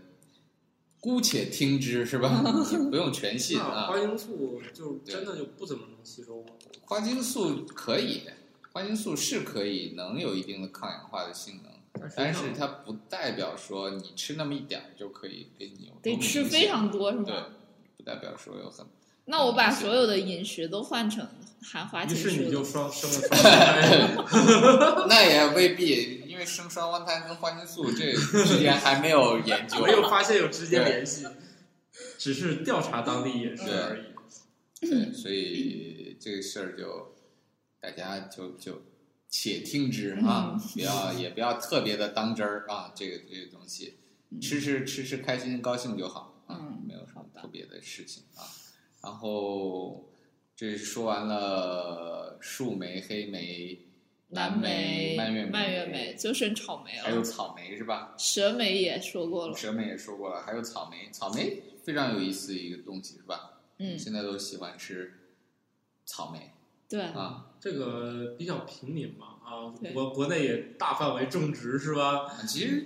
B: 姑且听之是
E: [LAUGHS]
B: 吧？你不用全信
G: 那
B: 啊
G: 花。青素就是真的就不怎么能吸收了。
B: 花青素可以，花青素是可以能有一定的抗氧化的性能，但是它不代表说你吃那么一点儿就可以给你有
E: 得吃非常多是
B: 对
E: 吗？，
B: 不代表说有很
E: 那我把所有的饮食都换成含花
G: 于
E: 青
G: 是你
E: 素
G: 就
E: 的，
G: 双生了双胞胎，
B: 那也未必，因为生双胞胎跟花青素这之间还没有研
G: [LAUGHS]
B: 究，
G: 没有发现有直接联系，只是调查当地饮食而已。
E: 嗯
B: 对，所以这个事儿就大家就就且听之
E: 嗯
B: 啊，不要也不要特别的当真儿啊，这个这个东西，吃吃吃吃开心高兴就好啊，
E: 嗯
B: 没有什么
E: 好的
B: 特别的事情啊。然后这说完了树莓、黑莓、蓝
E: 莓、
B: 莓、蔓越莓、
E: 蔓越莓，就剩草莓
B: 还有
E: 了。
B: 草莓是吧？
E: 蛇莓也说过了，
B: 蛇莓也说过了，还有草莓，草莓非常有意思的一个东西是吧？
E: 嗯，
B: 现在都喜欢吃草莓
E: 对，
B: 啊，
G: 这个比较平民嘛啊，
E: 对
G: 国国内也大范围种植是吧？
B: 其实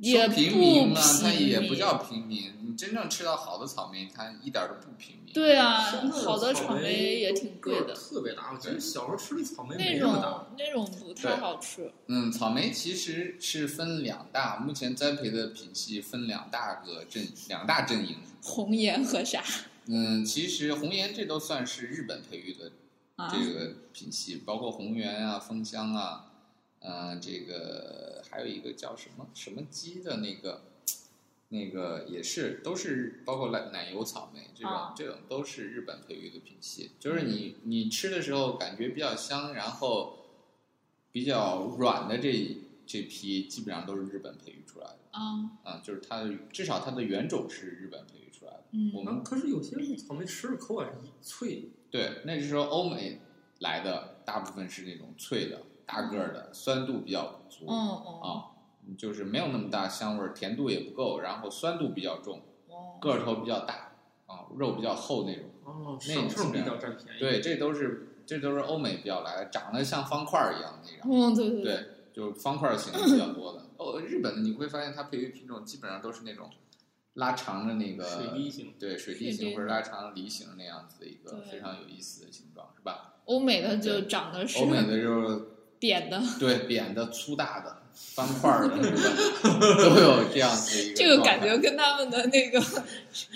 E: 也
B: 说平
E: 不
B: 民啊，它
E: 平
B: 也不
E: 民
B: 叫平民。你真正吃到好的草莓，它一点儿都不平民。
E: 对啊，
G: 深圳
E: 好的
G: 草
E: 草莓也挺贵
G: 个儿
E: 的，嗯
G: 特别大。我觉得
B: 对
G: 小时候吃的草莓
E: 那
G: 没那么大。
E: 种那种不太
B: 对
E: 好吃。
B: 嗯，草莓其实是分两大，目前栽培的品系分两大个阵，两大阵营。
E: 红颜和啥
B: 嗯，其实红颜这都算是日本培育的
E: 啊？
B: 这个品系，包括红源啊、枫香啊，呃，这个还有一个叫什么什么鸡的那个，那个也是都是包括奶奶油草莓这种、
E: 啊嗯
B: 这种都是日本培育的品系，就是你你吃的时候感觉比较香，然后比较软的这这批基本上都是日本培育出来的
E: 啊，
B: 啊、就是它的至少它的原种是日本培育出来的，我
E: 嗯，
B: 们
G: 啊，可是有些草莓吃着口感是脆，
B: 对，那就是说欧美来的大部分是那种脆的、大个儿的，酸度比较足，
E: 嗯嗯
B: 啊，就是没有那么大香味儿，甜度也不够，然后酸度比较重，
E: 哦，
B: 个头比较大啊，肉比较厚那种。
G: 哦，
B: 那
G: 上
B: 你
G: 秤
B: 吃
G: 比
B: 着
G: 较占便宜。
B: 对，这都是这都是欧美比较来的，长得像方块儿一样那种，
E: 嗯，对对
B: 对，就是方块儿型的比较多的。哦，日本的你会发现它培育品种基本上都是那种拉长的那个
G: 水滴型，
B: 对水
E: 水
B: 滴
E: 滴
B: 形或者拉长梨形那样子的一个
E: 对
B: 非常有意思的形状，是吧？
E: 欧美的就长得是
B: 欧美的就是
E: 扁的，
B: 对扁的、粗大的、方块儿的，是吧都有这样子一个
E: 这个
B: 状态
E: 感觉跟他们的那个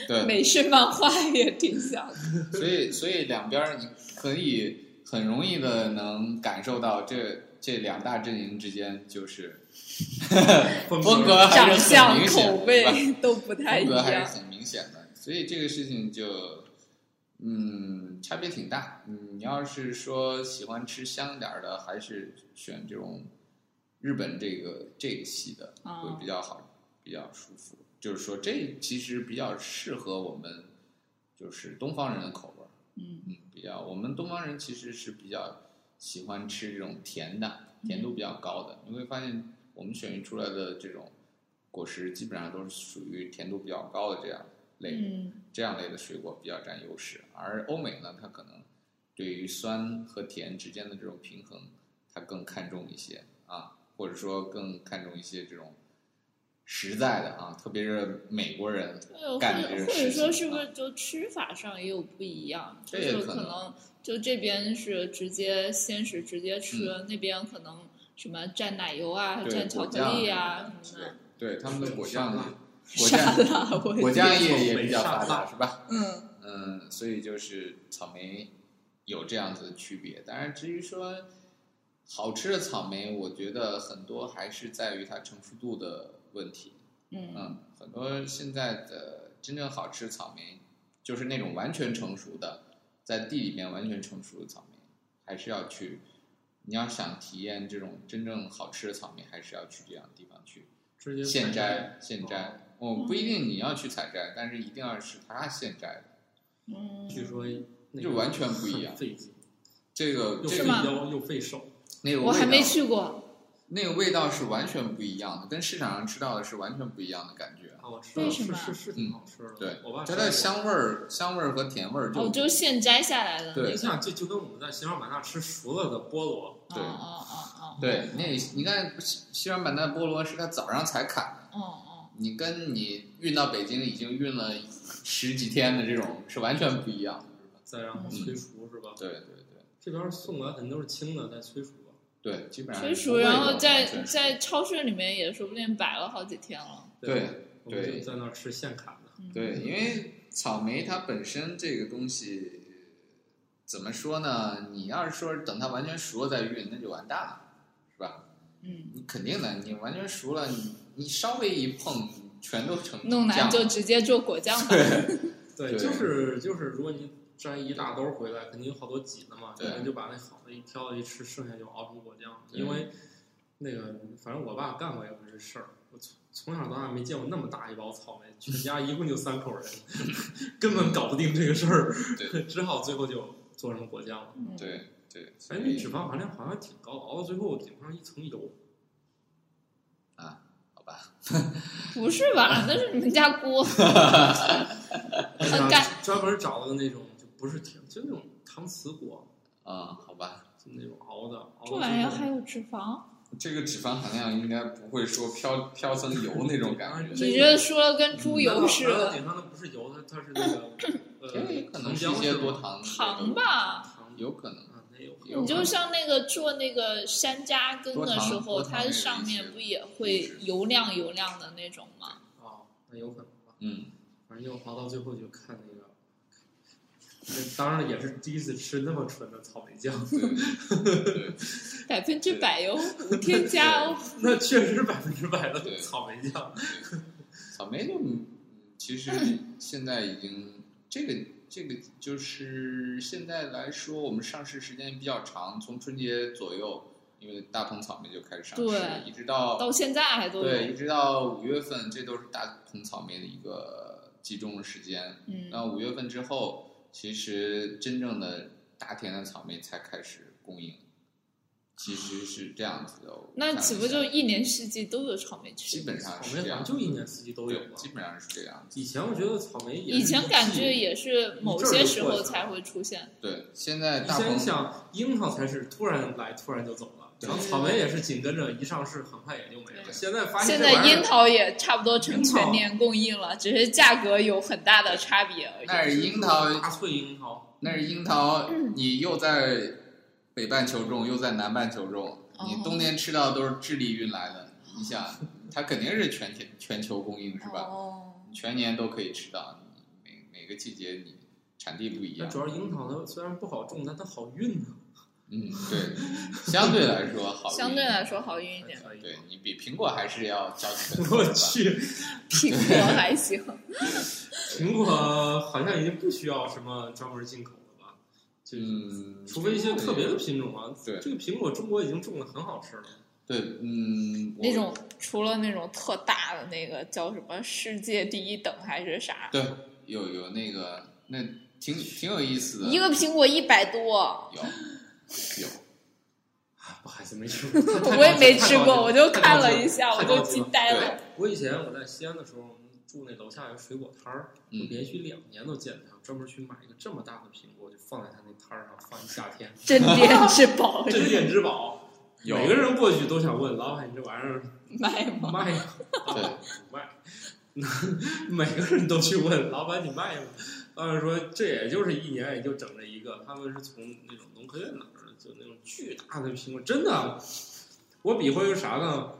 B: 对，
E: 美式漫画也挺像的。
B: 所以所以两边儿你可以很容易的能感受到这这两大阵营之间就是
G: 风
B: 风格 [LAUGHS] 还
E: 长
B: 是很
E: 相、
B: 明显
E: 口
B: 的，对吧
E: 味 [LAUGHS] 都不太
B: 风
E: 一
B: 格还
E: 样
B: 是。很明显的，所以这个事情就，嗯，差别挺大。嗯，你要是说喜欢吃香一点儿的，还是选这种日本这个这个系的
E: 哦
B: 会比较好，比较舒服。就是说，这其实比较适合我们，就是东方人的口味儿。
E: 嗯
B: 嗯，比较我们东方人其实是比较喜欢吃这种甜的，甜度比较高的。你会发现，我们选育出来的这种果实基本上都是属于甜度比较高的这样类、
E: 嗯
B: 这样类的水果比较占优势，而欧美呢，它可能对于酸和甜之间的这种平衡，它更看重一些啊，或者说更看重一些这种实在的啊，特别是美国人
E: 呃，或
B: 干的这
E: 者
B: 个
E: 或者
B: 事情
E: 说是不
B: 啊
E: 是就吃法上也有不一样？就
B: 这也
E: 是
B: 可
E: 可
B: 能
E: 能就这边是直接鲜食直接吃，那边可能什么蘸奶油啊、
B: 嗯对
E: 蘸巧
B: 果
E: 克
B: 酱
E: 力啊什么
B: 是
E: 的。
B: 对他们的果酱
G: 沙拉
B: 果酱
E: 沙拉我
B: 果酱也
G: 草
B: 也
G: 莓
B: 比较
G: 沙
B: 发
G: 拉
B: 达是吧？
E: 嗯
B: 嗯，所以就是草莓有这样子的区别。当然，至于说好吃的草莓，我觉得很多还是在于它成熟度的问题。
E: 嗯
B: 嗯，很多现在的真正好吃的草莓，就是那种完全成熟的，在地里面完全成熟的草莓，还是要去。你要想体验这种真正好吃的草莓，还是要去这样的地方去
G: 直接
B: 现摘
G: 摘，
B: 现摘。哦，不一定你要去采摘，但是一定要是他现摘的。
E: 嗯，
G: 据说那
B: 就
G: 个
B: 完全不一
G: 很
B: 样
G: 费劲，
B: 这个
G: 又
B: 这
G: 费
B: 个
E: 吗
G: 腰又费手。
B: 那个
E: 我还
B: 味道
E: 没去过，
B: 那个味道是完全不一样的，跟市场上吃到的是完全不一样的感觉。
G: 啊，我吃
E: 为
G: 了，
E: 什
G: 是
E: 么
G: 是是挺好吃的。
B: 嗯对
G: 我爸，
B: 它
G: 吃过
B: 的香味儿、香味儿和甜味儿就、
E: 哦，就是现摘下来的。
B: 对
G: 你想，就就跟我们在西双版纳吃熟了的菠萝，
E: 哦
B: 对
E: 哦哦哦，
B: 对。那你看西西双版纳菠萝是他早上才砍的，
E: 哦哦，
B: 你跟你运到北京已经运了十几天的这种是完全不一样的。
G: 再然
B: 嗯
G: 后催熟是吧？
B: 对对对
G: 这边送过来肯定都是青的，再催熟吧。
B: 对，基本上
E: 催
B: 不
E: 熟，
B: 会有
E: 然后
B: 完
E: 在
B: 全是
E: 在超市里面也说不定摆了好几天了。
G: 吧
B: 对
G: 我们
B: 对
G: 就在那儿吃现砍的。
E: 嗯
B: 对，因为草莓它本身这个东西怎么说呢？你要是说等它完全熟了再运，那就完蛋了，是吧？
E: 嗯，
B: 你肯定的，你完全熟了，你你稍微一碰，全都成
E: 弄
B: 酱
E: 来
B: 了 [LAUGHS]
E: 就直接做果酱吧。
B: 对
G: 对，
B: 对
G: 就是就是，如果你摘一大兜回来，肯定有好多挤的嘛，
B: 对
G: 可能就把那好的一挑一吃，剩下就熬成果酱。
B: 对
G: 因为那个，反正我爸干过一回这事儿，我从从小到大没见过那么大一包草莓，全家一共就三
B: [LAUGHS]
G: 口人， [LAUGHS] 根本搞不定这个事儿，
B: 对
G: [LAUGHS] 只好最后就做成果酱了。
E: 嗯，
B: 对对，所
G: 哎，那
B: 以
G: 脂肪含量好像挺高的，熬到最后顶上一层油。
B: 好吧，
E: 不是吧？那是你们家
B: [LAUGHS]
E: 锅，很干。
G: 哎专门找了个那种就不是挺，就那种搪瓷锅，
B: 嗯，好吧，
G: 就那种熬的。熬
E: 这
G: 到
E: 玩意儿
G: 最
E: 还
G: 后
E: 有脂肪？
B: 这个脂肪含量应该不会说飘飘层油那种感
E: [LAUGHS]
B: 觉，
E: 你这说的跟
B: 嗯
E: 猪油似
G: 难道难道
E: 的，
G: 顶上的不是油，它它是那
B: [COUGHS]
G: 个呃
B: 也可能
G: 糖
B: 是一
G: 浆
B: 些
G: 是
B: 多
G: 吧？
B: 糖之类的
E: 糖，吧？
G: 糖
B: 有可能。
G: 啊，那有可
B: 有
G: 能
E: 你就像那个做那个山楂羹的时
B: 多
E: 候，
B: 糖多糖
E: 它上面不也会油亮油亮的那种吗？
G: 啊，那有可能吧。
B: 嗯，
G: 反正就熬到最后就看那个，那当然也是第一次吃那么纯的草莓酱， [LAUGHS]
B: 对对
E: 百分之百油，无添
B: [LAUGHS]
E: 加哦。
G: 那确实是百分之百
B: 对
G: 的草莓酱。
B: 对，草莓就嗯
E: [CLEARS THROAT]
B: 其实现在已经这个这个就是现在来说，我们上市时间比较长，从春节左右，因为大棚草莓就开始上市
E: 对，
B: 一直到
E: 到现在还都
B: 对，
E: 有，
B: 一直到五月份，这都是大棚草莓的一个集中的时间。
E: 嗯，
B: 那五月份之后，其实真正的大田的草莓才开始供应，其实是这样子的。我
E: 那
B: 看了
E: 岂
B: 一
E: 不
B: 下
E: 就一年四季都有草莓
B: 基
E: 吃？
B: 本上
G: 草
B: 是
G: 莓好
B: 这
G: 像
B: 样，
G: 就一年四季都有
B: 对，
G: 吧
B: 基。本上是这样子。
G: 以前我觉得草莓也是
E: 以前感觉
G: 一季
E: 也是某些时候才会出现，
B: 对，现在
G: 以
B: 大
G: 前
B: 棚
G: 你想樱桃才是突然来，突然就走了，
B: 对
G: 然后草莓也是紧跟着一上市，很快也就没了。
B: 对
G: 现在发现
E: 现
G: 这玩
E: 在
G: 意儿
E: 樱桃也差不多成全年供应了，只是价格有很大的差别而已。
B: 那是樱桃，
G: 大脆樱桃，
B: 那是樱桃，你又在北半球种，又在南半球种，你冬天吃到的都是智利运来的，你想，它肯定是全天全球供应是吧？
E: 哦，
B: 你全年都可以吃到，你每每个季节你产地不一
G: 那
B: 样
G: 主。要樱桃它虽然不好种，但它好运呢。
B: 嗯，对，相对来说好运。
E: 相对来说好运
G: [LAUGHS]
E: 一点，
B: 对你比苹果还是要娇气很多
G: 我
B: 吧？
G: [LAUGHS] 去，
E: 苹果还行。
G: 苹果好像已经不需要什么专门进口了吧？就是
B: 嗯，
G: 除非一些特别的品种啊。
B: 对
G: 这个苹果中国已经种的很好吃了。
B: 对，嗯，我
E: 那种除了那种特大的那个叫什么世界第一等还是啥，
B: 对有有那个那挺挺有意思的，
E: 一个苹果一百多，
B: 有有。
G: 啊不好意思，没吃过，
E: 我也没吃过，我就
G: 太高级
E: 看了一下，我
G: 太高
E: 就
G: 级
E: 惊
G: 了
E: 呆
B: 对
E: 了。
G: 我以前我在西安的时候，我们住那楼下有水果摊儿，我
B: 嗯
G: 连续两年都见他，专门去买一个这么大的苹果，就放在他那摊儿上放一夏天，
E: [LAUGHS] 镇店之宝 [LAUGHS]
G: 镇店之宝。
B: 有
G: 每个人过去都想问老板：“你这玩意儿
E: 卖吗？
G: 卖
B: [LAUGHS]
G: 吗？”老板不卖。啊每个人都去问老板：“你卖吗？”老板说：“这也就是一年也就整这一个。”他们是从那种农科院那儿，就那种巨大的苹果，真的。我比划是啥呢？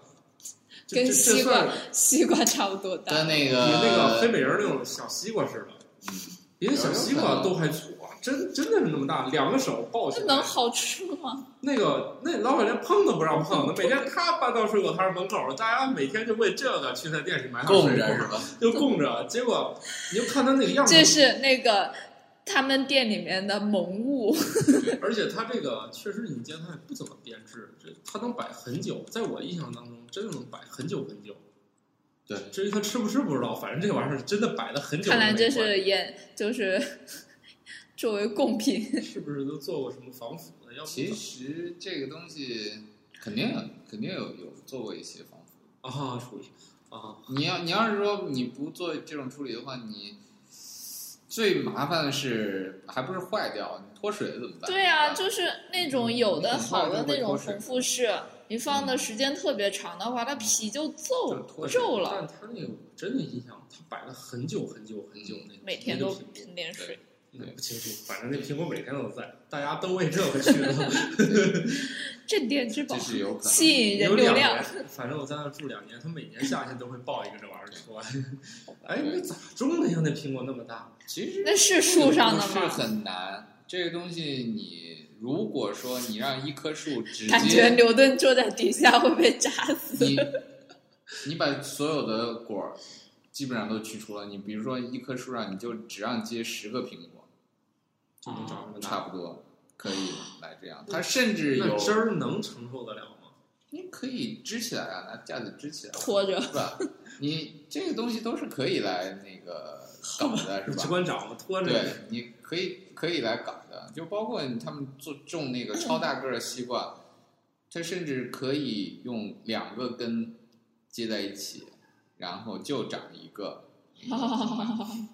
G: 这
E: 跟
G: 这这
E: 西瓜
G: 算
E: 西瓜差不多
B: 跟
E: 大，
B: 那
G: 比
B: 个嗯
G: 那个黑美人儿那种小西瓜似的，比那小西瓜都还粗啊！真真的是那么大，两个手抱起
E: 这
G: 来。
E: 能好吃吗？
G: 那个那老板连碰都不让碰，那每天他搬到水果摊儿门口，大家每天就为这个去他店里买点
B: 供
G: 水
B: 着
G: 果
B: 是吧？
G: 就供着。结果你就看他那个样子，
E: 这是那个他们店里面的萌物，
G: 而且他这个确实你见他也不怎么变质，这他能摆很久，在我印象当中真的能摆很久很久。
B: 对
G: 至于他吃不吃不知道，反正这玩意儿真的摆了很久都
E: 看
G: 没坏。啊
E: 来这是也就是 [LAUGHS] 作为贡品。
G: [LAUGHS] 是不是都做过什么防腐的？要不
B: 其实这个东西肯定肯定有有做过一些防腐。
G: 啊，处理
E: 哦
G: 啊，
B: 你要你要是说你不做这种处理的话，你最麻烦的是还不是坏掉，你脱水了怎么办？
E: 对啊，就是那种有的好的那种
B: 嗯
E: 红富士，你放的时间特别长的话，它皮就
G: 就是
E: 皱
G: 脱水
E: 皱了，
G: 但他那个我真的印象，他摆了很久很久很久那个
E: 嗯每天都喷点水。
G: 那个苹果那不清楚，反正那苹果每天都在，大家都为这个去了，
E: 镇店之宝
B: 这，是有可能。
E: 吸引人
G: 有
E: 流
G: 两
E: 量
G: 年。。反正我在那住两年，他每年夏天都会抱一个这玩意儿出
E: [LAUGHS]
G: 来。哎，那咋种的呀？那苹果那么大，
B: 其实
E: 那是树上的
B: 不是
E: 吗？
B: 很难，这个东西你如果说你让一棵树直接
E: 感觉牛顿坐在底下会被砸死。
B: 你你把所有的果儿基本上都去除了，你比如说一棵树上你就只让结十个苹果，
G: 就能长这么
B: 哦差
G: 大。
B: 不多可以来这样。它甚至有
G: 那，汁儿能承受得了吗？
B: 你可以支起来啊，拿架子支起来，
E: 拖着
B: 是吧？你这个东西都是可以来那个搞的，是
G: 你只
B: 吧？
G: 管长，我拖着
B: 对
E: 嗯
G: 你。，
B: 你可以可以来搞的，就包括他们做种那个超大个儿的西瓜，它甚至可以用两个根接在一起，然后就长一个，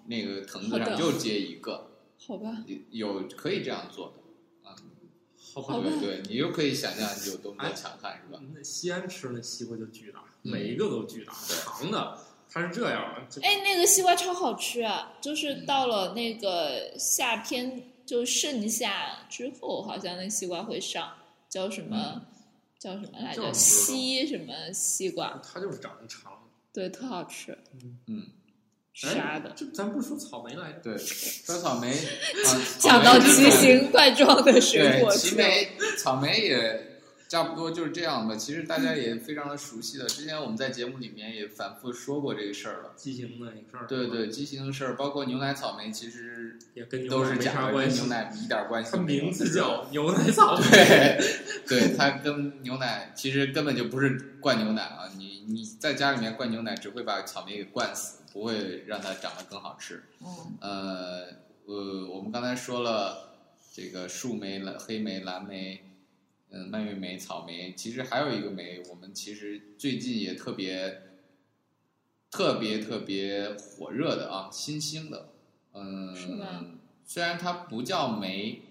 B: 那个藤子
E: 好
B: 上
E: 的
B: 就接一个，
E: [LAUGHS] 好吧，
B: 有可以这样做的。
G: 好吧
E: 好吧，
B: 对对，你就可以想象有多么
G: 哎
B: 强悍，是吧？
G: 那西安吃那西瓜就巨大，
B: 嗯
G: 每一个都巨大，长的它是这样啊，这
E: 哎，那个西瓜超好吃啊！就是
B: 嗯
E: 到了那个夏天，就盛夏之后，好像那西瓜会上，叫什
B: 嗯
E: 么？叫什么来
G: 叫什么
E: 着？西什么西瓜？
G: 它就是长得长。
E: 对，特好吃。
B: 嗯，哎
E: 啥的？，
G: 这咱不是说草莓来着？
B: 对，说草莓，啊
E: 讲到奇
B: 畸形。
E: 形怪状的水
B: 对，
E: 果
B: 奇
E: 汁，
B: 莓、草莓也差不多就是这样吧。其实大家也非常的熟悉了，之前我们在节目里面也反复说过这个事儿了。
G: 畸形的也事儿，
B: 对，对，畸形的事儿，包括牛奶、草莓，其实
G: 也跟牛
B: 都
G: 奶
B: 是
G: 没
B: 假
G: 啥
B: 的，
G: 关
B: 跟
G: 系
B: 牛。奶一点关系
G: 它
B: 都没有。
G: 名字叫牛奶草莓，
B: 对，对，它跟牛奶其实根本就不是灌牛奶啊！你你在家里面灌牛奶，只会把草莓给灌死，不会让它长得更好吃。
E: 嗯，
B: 呃呃，我们刚才说了这个树莓、蓝黑莓、蓝莓，嗯，蔓越莓、草莓，其实还有一个莓，我们其实最近也特别特别特别火热的啊，新兴的，嗯，
E: 是吗
B: 虽然它不叫莓，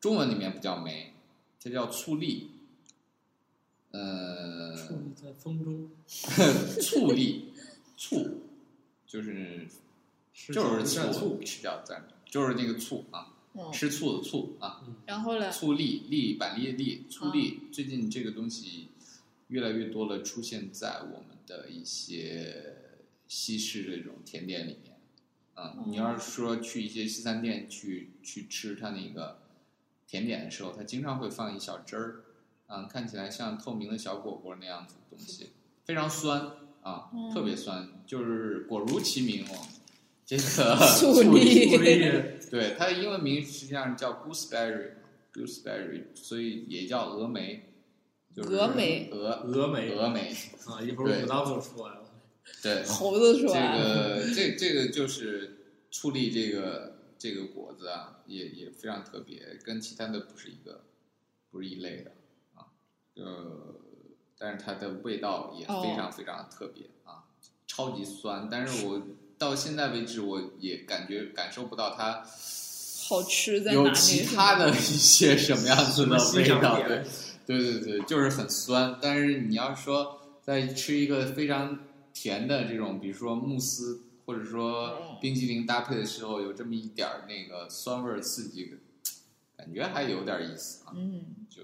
B: 中文里面不叫莓，它叫醋栗，
G: [LAUGHS]
B: 呃，
G: 矗立在风中，
B: [LAUGHS] 醋栗，醋就是
G: 是
B: 就是
G: 蘸
B: 醋
G: 醋，，
B: 吃叫蘸，就是那个醋啊，
E: 嗯
B: 吃醋的醋啊，
E: 然后呢？
B: 醋栗栗板栗栗醋栗，最近这个东西越来越多了，出现在我们的一些西式的这种甜点里面。啊，你要是说去一些西餐店去去吃它那个甜点的时候，它经常会放一小汁儿，啊，看起来像透明的小果果那样子的东西，非常酸啊，
E: 嗯
B: 特别酸，就是果如其名哦。这个
E: 醋栗
G: 醋栗
B: 对，它的英文名实际上叫 gooseberry，gooseberry，所以也叫峨眉，就是
E: 峨眉
B: 峨
G: 峨眉
B: 峨眉，
G: 啊，一会儿
B: 对
G: 武大夫出来了，
B: 对，
E: 猴子
B: 这
E: 说啊， [LAUGHS]
B: 个这这个就是处理这个这个果子啊，也也非常特别，跟其他的不是一个不是一类的啊，呃，但是它的味道也
E: 哦
B: 非常非常特别、啊，超级酸，但是我到现在为止我也感觉感受不到它。
E: 好吃在哪里？
B: 有其他的一些什么样子
E: [LAUGHS]
B: 的
G: 什么
B: 味
G: 欣赏
B: 道？对
G: 点
B: 对对对，就是很酸。但是你要说再吃一个非常甜的这种，比如说慕斯或者
E: 哦
B: 说冰淇淋搭配的时候，有这么一点儿那个酸味儿刺激，感觉还有点意思啊。
E: 嗯，
B: 就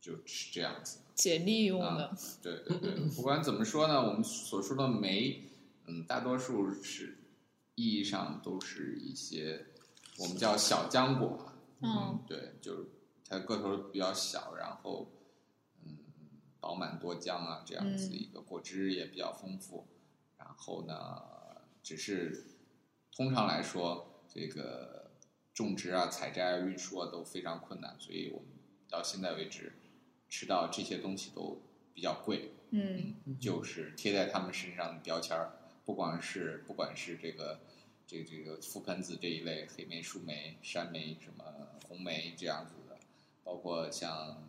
B: 就吃这样子。啊
E: 解腻用的。
B: 对对对，不管怎么说呢，我们所说的酶，嗯，大多数是意义上都是一些我们叫小浆果啊。
E: 嗯，
B: 对，就是它个头比较小，然后嗯，饱满多浆啊，这样子
E: 嗯
B: 一个果汁也比较丰富。然后呢，只是通常来说，这个种植啊、采摘啊、运输啊都非常困难，所以我们到现在为止吃到这些东西都比较贵，
E: 嗯，
B: 就是贴在他们身上的标签儿，不管是不管是这个这这个覆盆子这一类黑莓、树莓、山莓什么红莓这样子的，包括像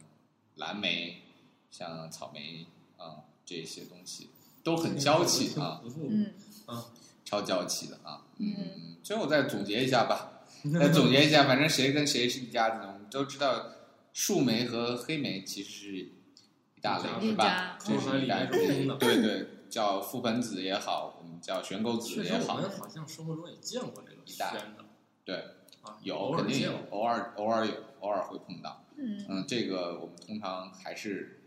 B: 蓝莓、像草莓啊、这些东西都很娇气啊，
G: 不错，
E: 嗯，
B: 超娇气的啊。
E: 嗯
B: 嗯，所以我再总结一下吧，再总结一下，反正谁跟谁是一家子呢？我们都知道树莓和黑莓其实是一大类，
G: 一
B: 是吧
E: 家？
B: 这是一大
G: 口感里面
B: 类，对对，叫覆盆子也好，我们叫悬钩
G: [LAUGHS]
B: 子
G: 确实
B: 也
G: 我
B: 好
G: 们，好像生活中也见过这个
B: 一
G: 西
B: 大
G: 安的
B: 对，
G: 啊，
B: 有
G: 偶尔
B: 肯定
G: 见
B: 有
G: 过，，
B: 偶尔偶尔有，偶尔会碰到。
E: 嗯，
B: 嗯，这个我们通常还是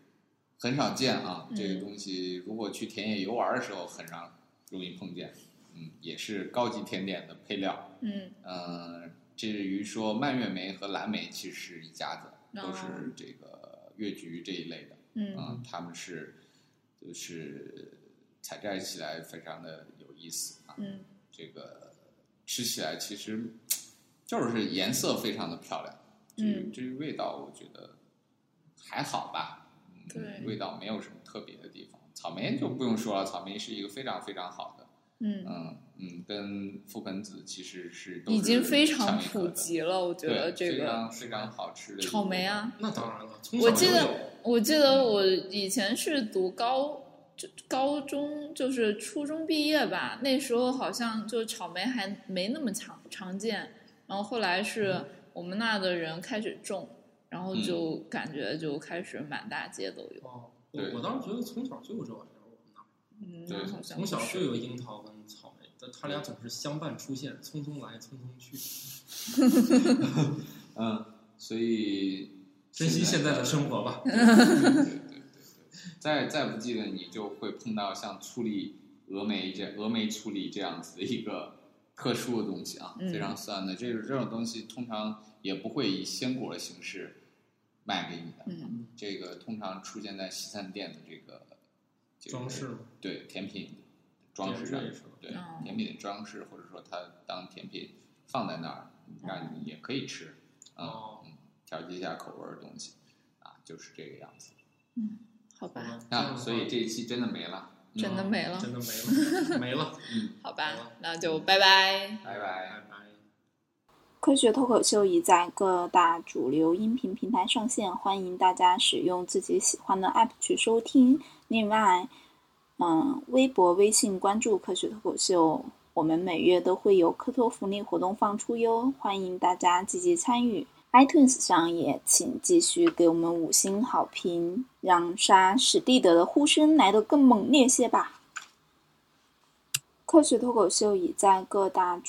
B: 很少见啊。
E: 嗯
B: 这个东西如果去田野游玩的时候，很让容易碰见。嗯，也是高级甜点的配料。
E: 嗯，
B: 嗯，至于说蔓越莓和蓝莓，其实是一家子，都
E: 哦
B: 是这个越橘这一类的。
E: 嗯，
B: 啊，他们是就是采摘起来非常的有意思啊。
E: 嗯，
B: 这个吃起来其实就是颜色非常的漂亮。至于
E: 嗯
B: 至于味道，我觉得还好吧，嗯
E: 对
B: 味道没有什么特别的地方。草莓就不用说了，草莓是一个非常非常好的，
E: 嗯，
B: 嗯嗯，跟覆盆子其实是都
E: 已经
B: 是
E: 非
B: 相
E: 常
B: 一
E: 普
B: 个的，
E: 及了，我觉
B: 对，
E: 得这
B: 非
E: 个
B: 常非常好吃的
E: 草莓
B: 啊。
E: 啊，
G: 那当然了，从
E: 我
G: 小
E: 记
G: 就
E: 得
G: 有
E: 我记得我以前是读高。就高中就是初中毕业吧，那时候好像就草莓还没那么常常见，然后后来
B: 嗯
E: 是我们那的人开始种，然后就
B: 嗯
E: 感觉就开始满大街都有。
G: 哦，
B: 对
G: 我我当时觉得从小就有这玩意儿，我们那儿
E: 嗯，
B: 对
E: 那好像
G: 从小
E: 是
G: 就有樱桃跟草莓，但它俩总是相伴出现，匆匆来，匆匆去。
B: 嗯，所以
G: 珍惜现在的生活吧。
B: 对对对对， [LAUGHS] 再再不济呢，你就会碰到像醋栗、峨眉这峨眉醋栗这样子的一个特殊的东西啊，
E: 嗯
B: 非常酸的。这种这种东西通常也不会以鲜果的形式卖给你的，啊
E: 嗯
B: 这个通常出现在西餐店的这个、这个
G: 装饰吗
B: 对甜品装饰上
G: 点缀是吧，
B: 对
E: 哦
B: 甜品的装饰，或者说它当甜品放在那儿，让你也可以吃，嗯
G: 哦
B: 嗯，调节一下口味儿的东西啊，就是这个样子。
E: 好吧，
B: 啊，所以这一期真的没了，嗯
E: 真的没了，
G: 真的没了，没
B: [LAUGHS]
G: 了，
E: 好
G: 好
E: 吧
G: 吧，
E: 那就拜拜。
B: 拜
G: 拜
B: 拜。
G: 拜。
H: 科学脱口秀已在各大主流音频平台上线，欢迎大家使用自己喜欢的 app 去收听。另外，嗯，微博、微信关注科学脱口秀，我们每月都会有科托福利活动放出哟，欢迎大家积极参与。iTunes 上也请继续给我们五星好评，让杀史蒂德的呼声来得更猛烈些吧。科学脱口秀已在各大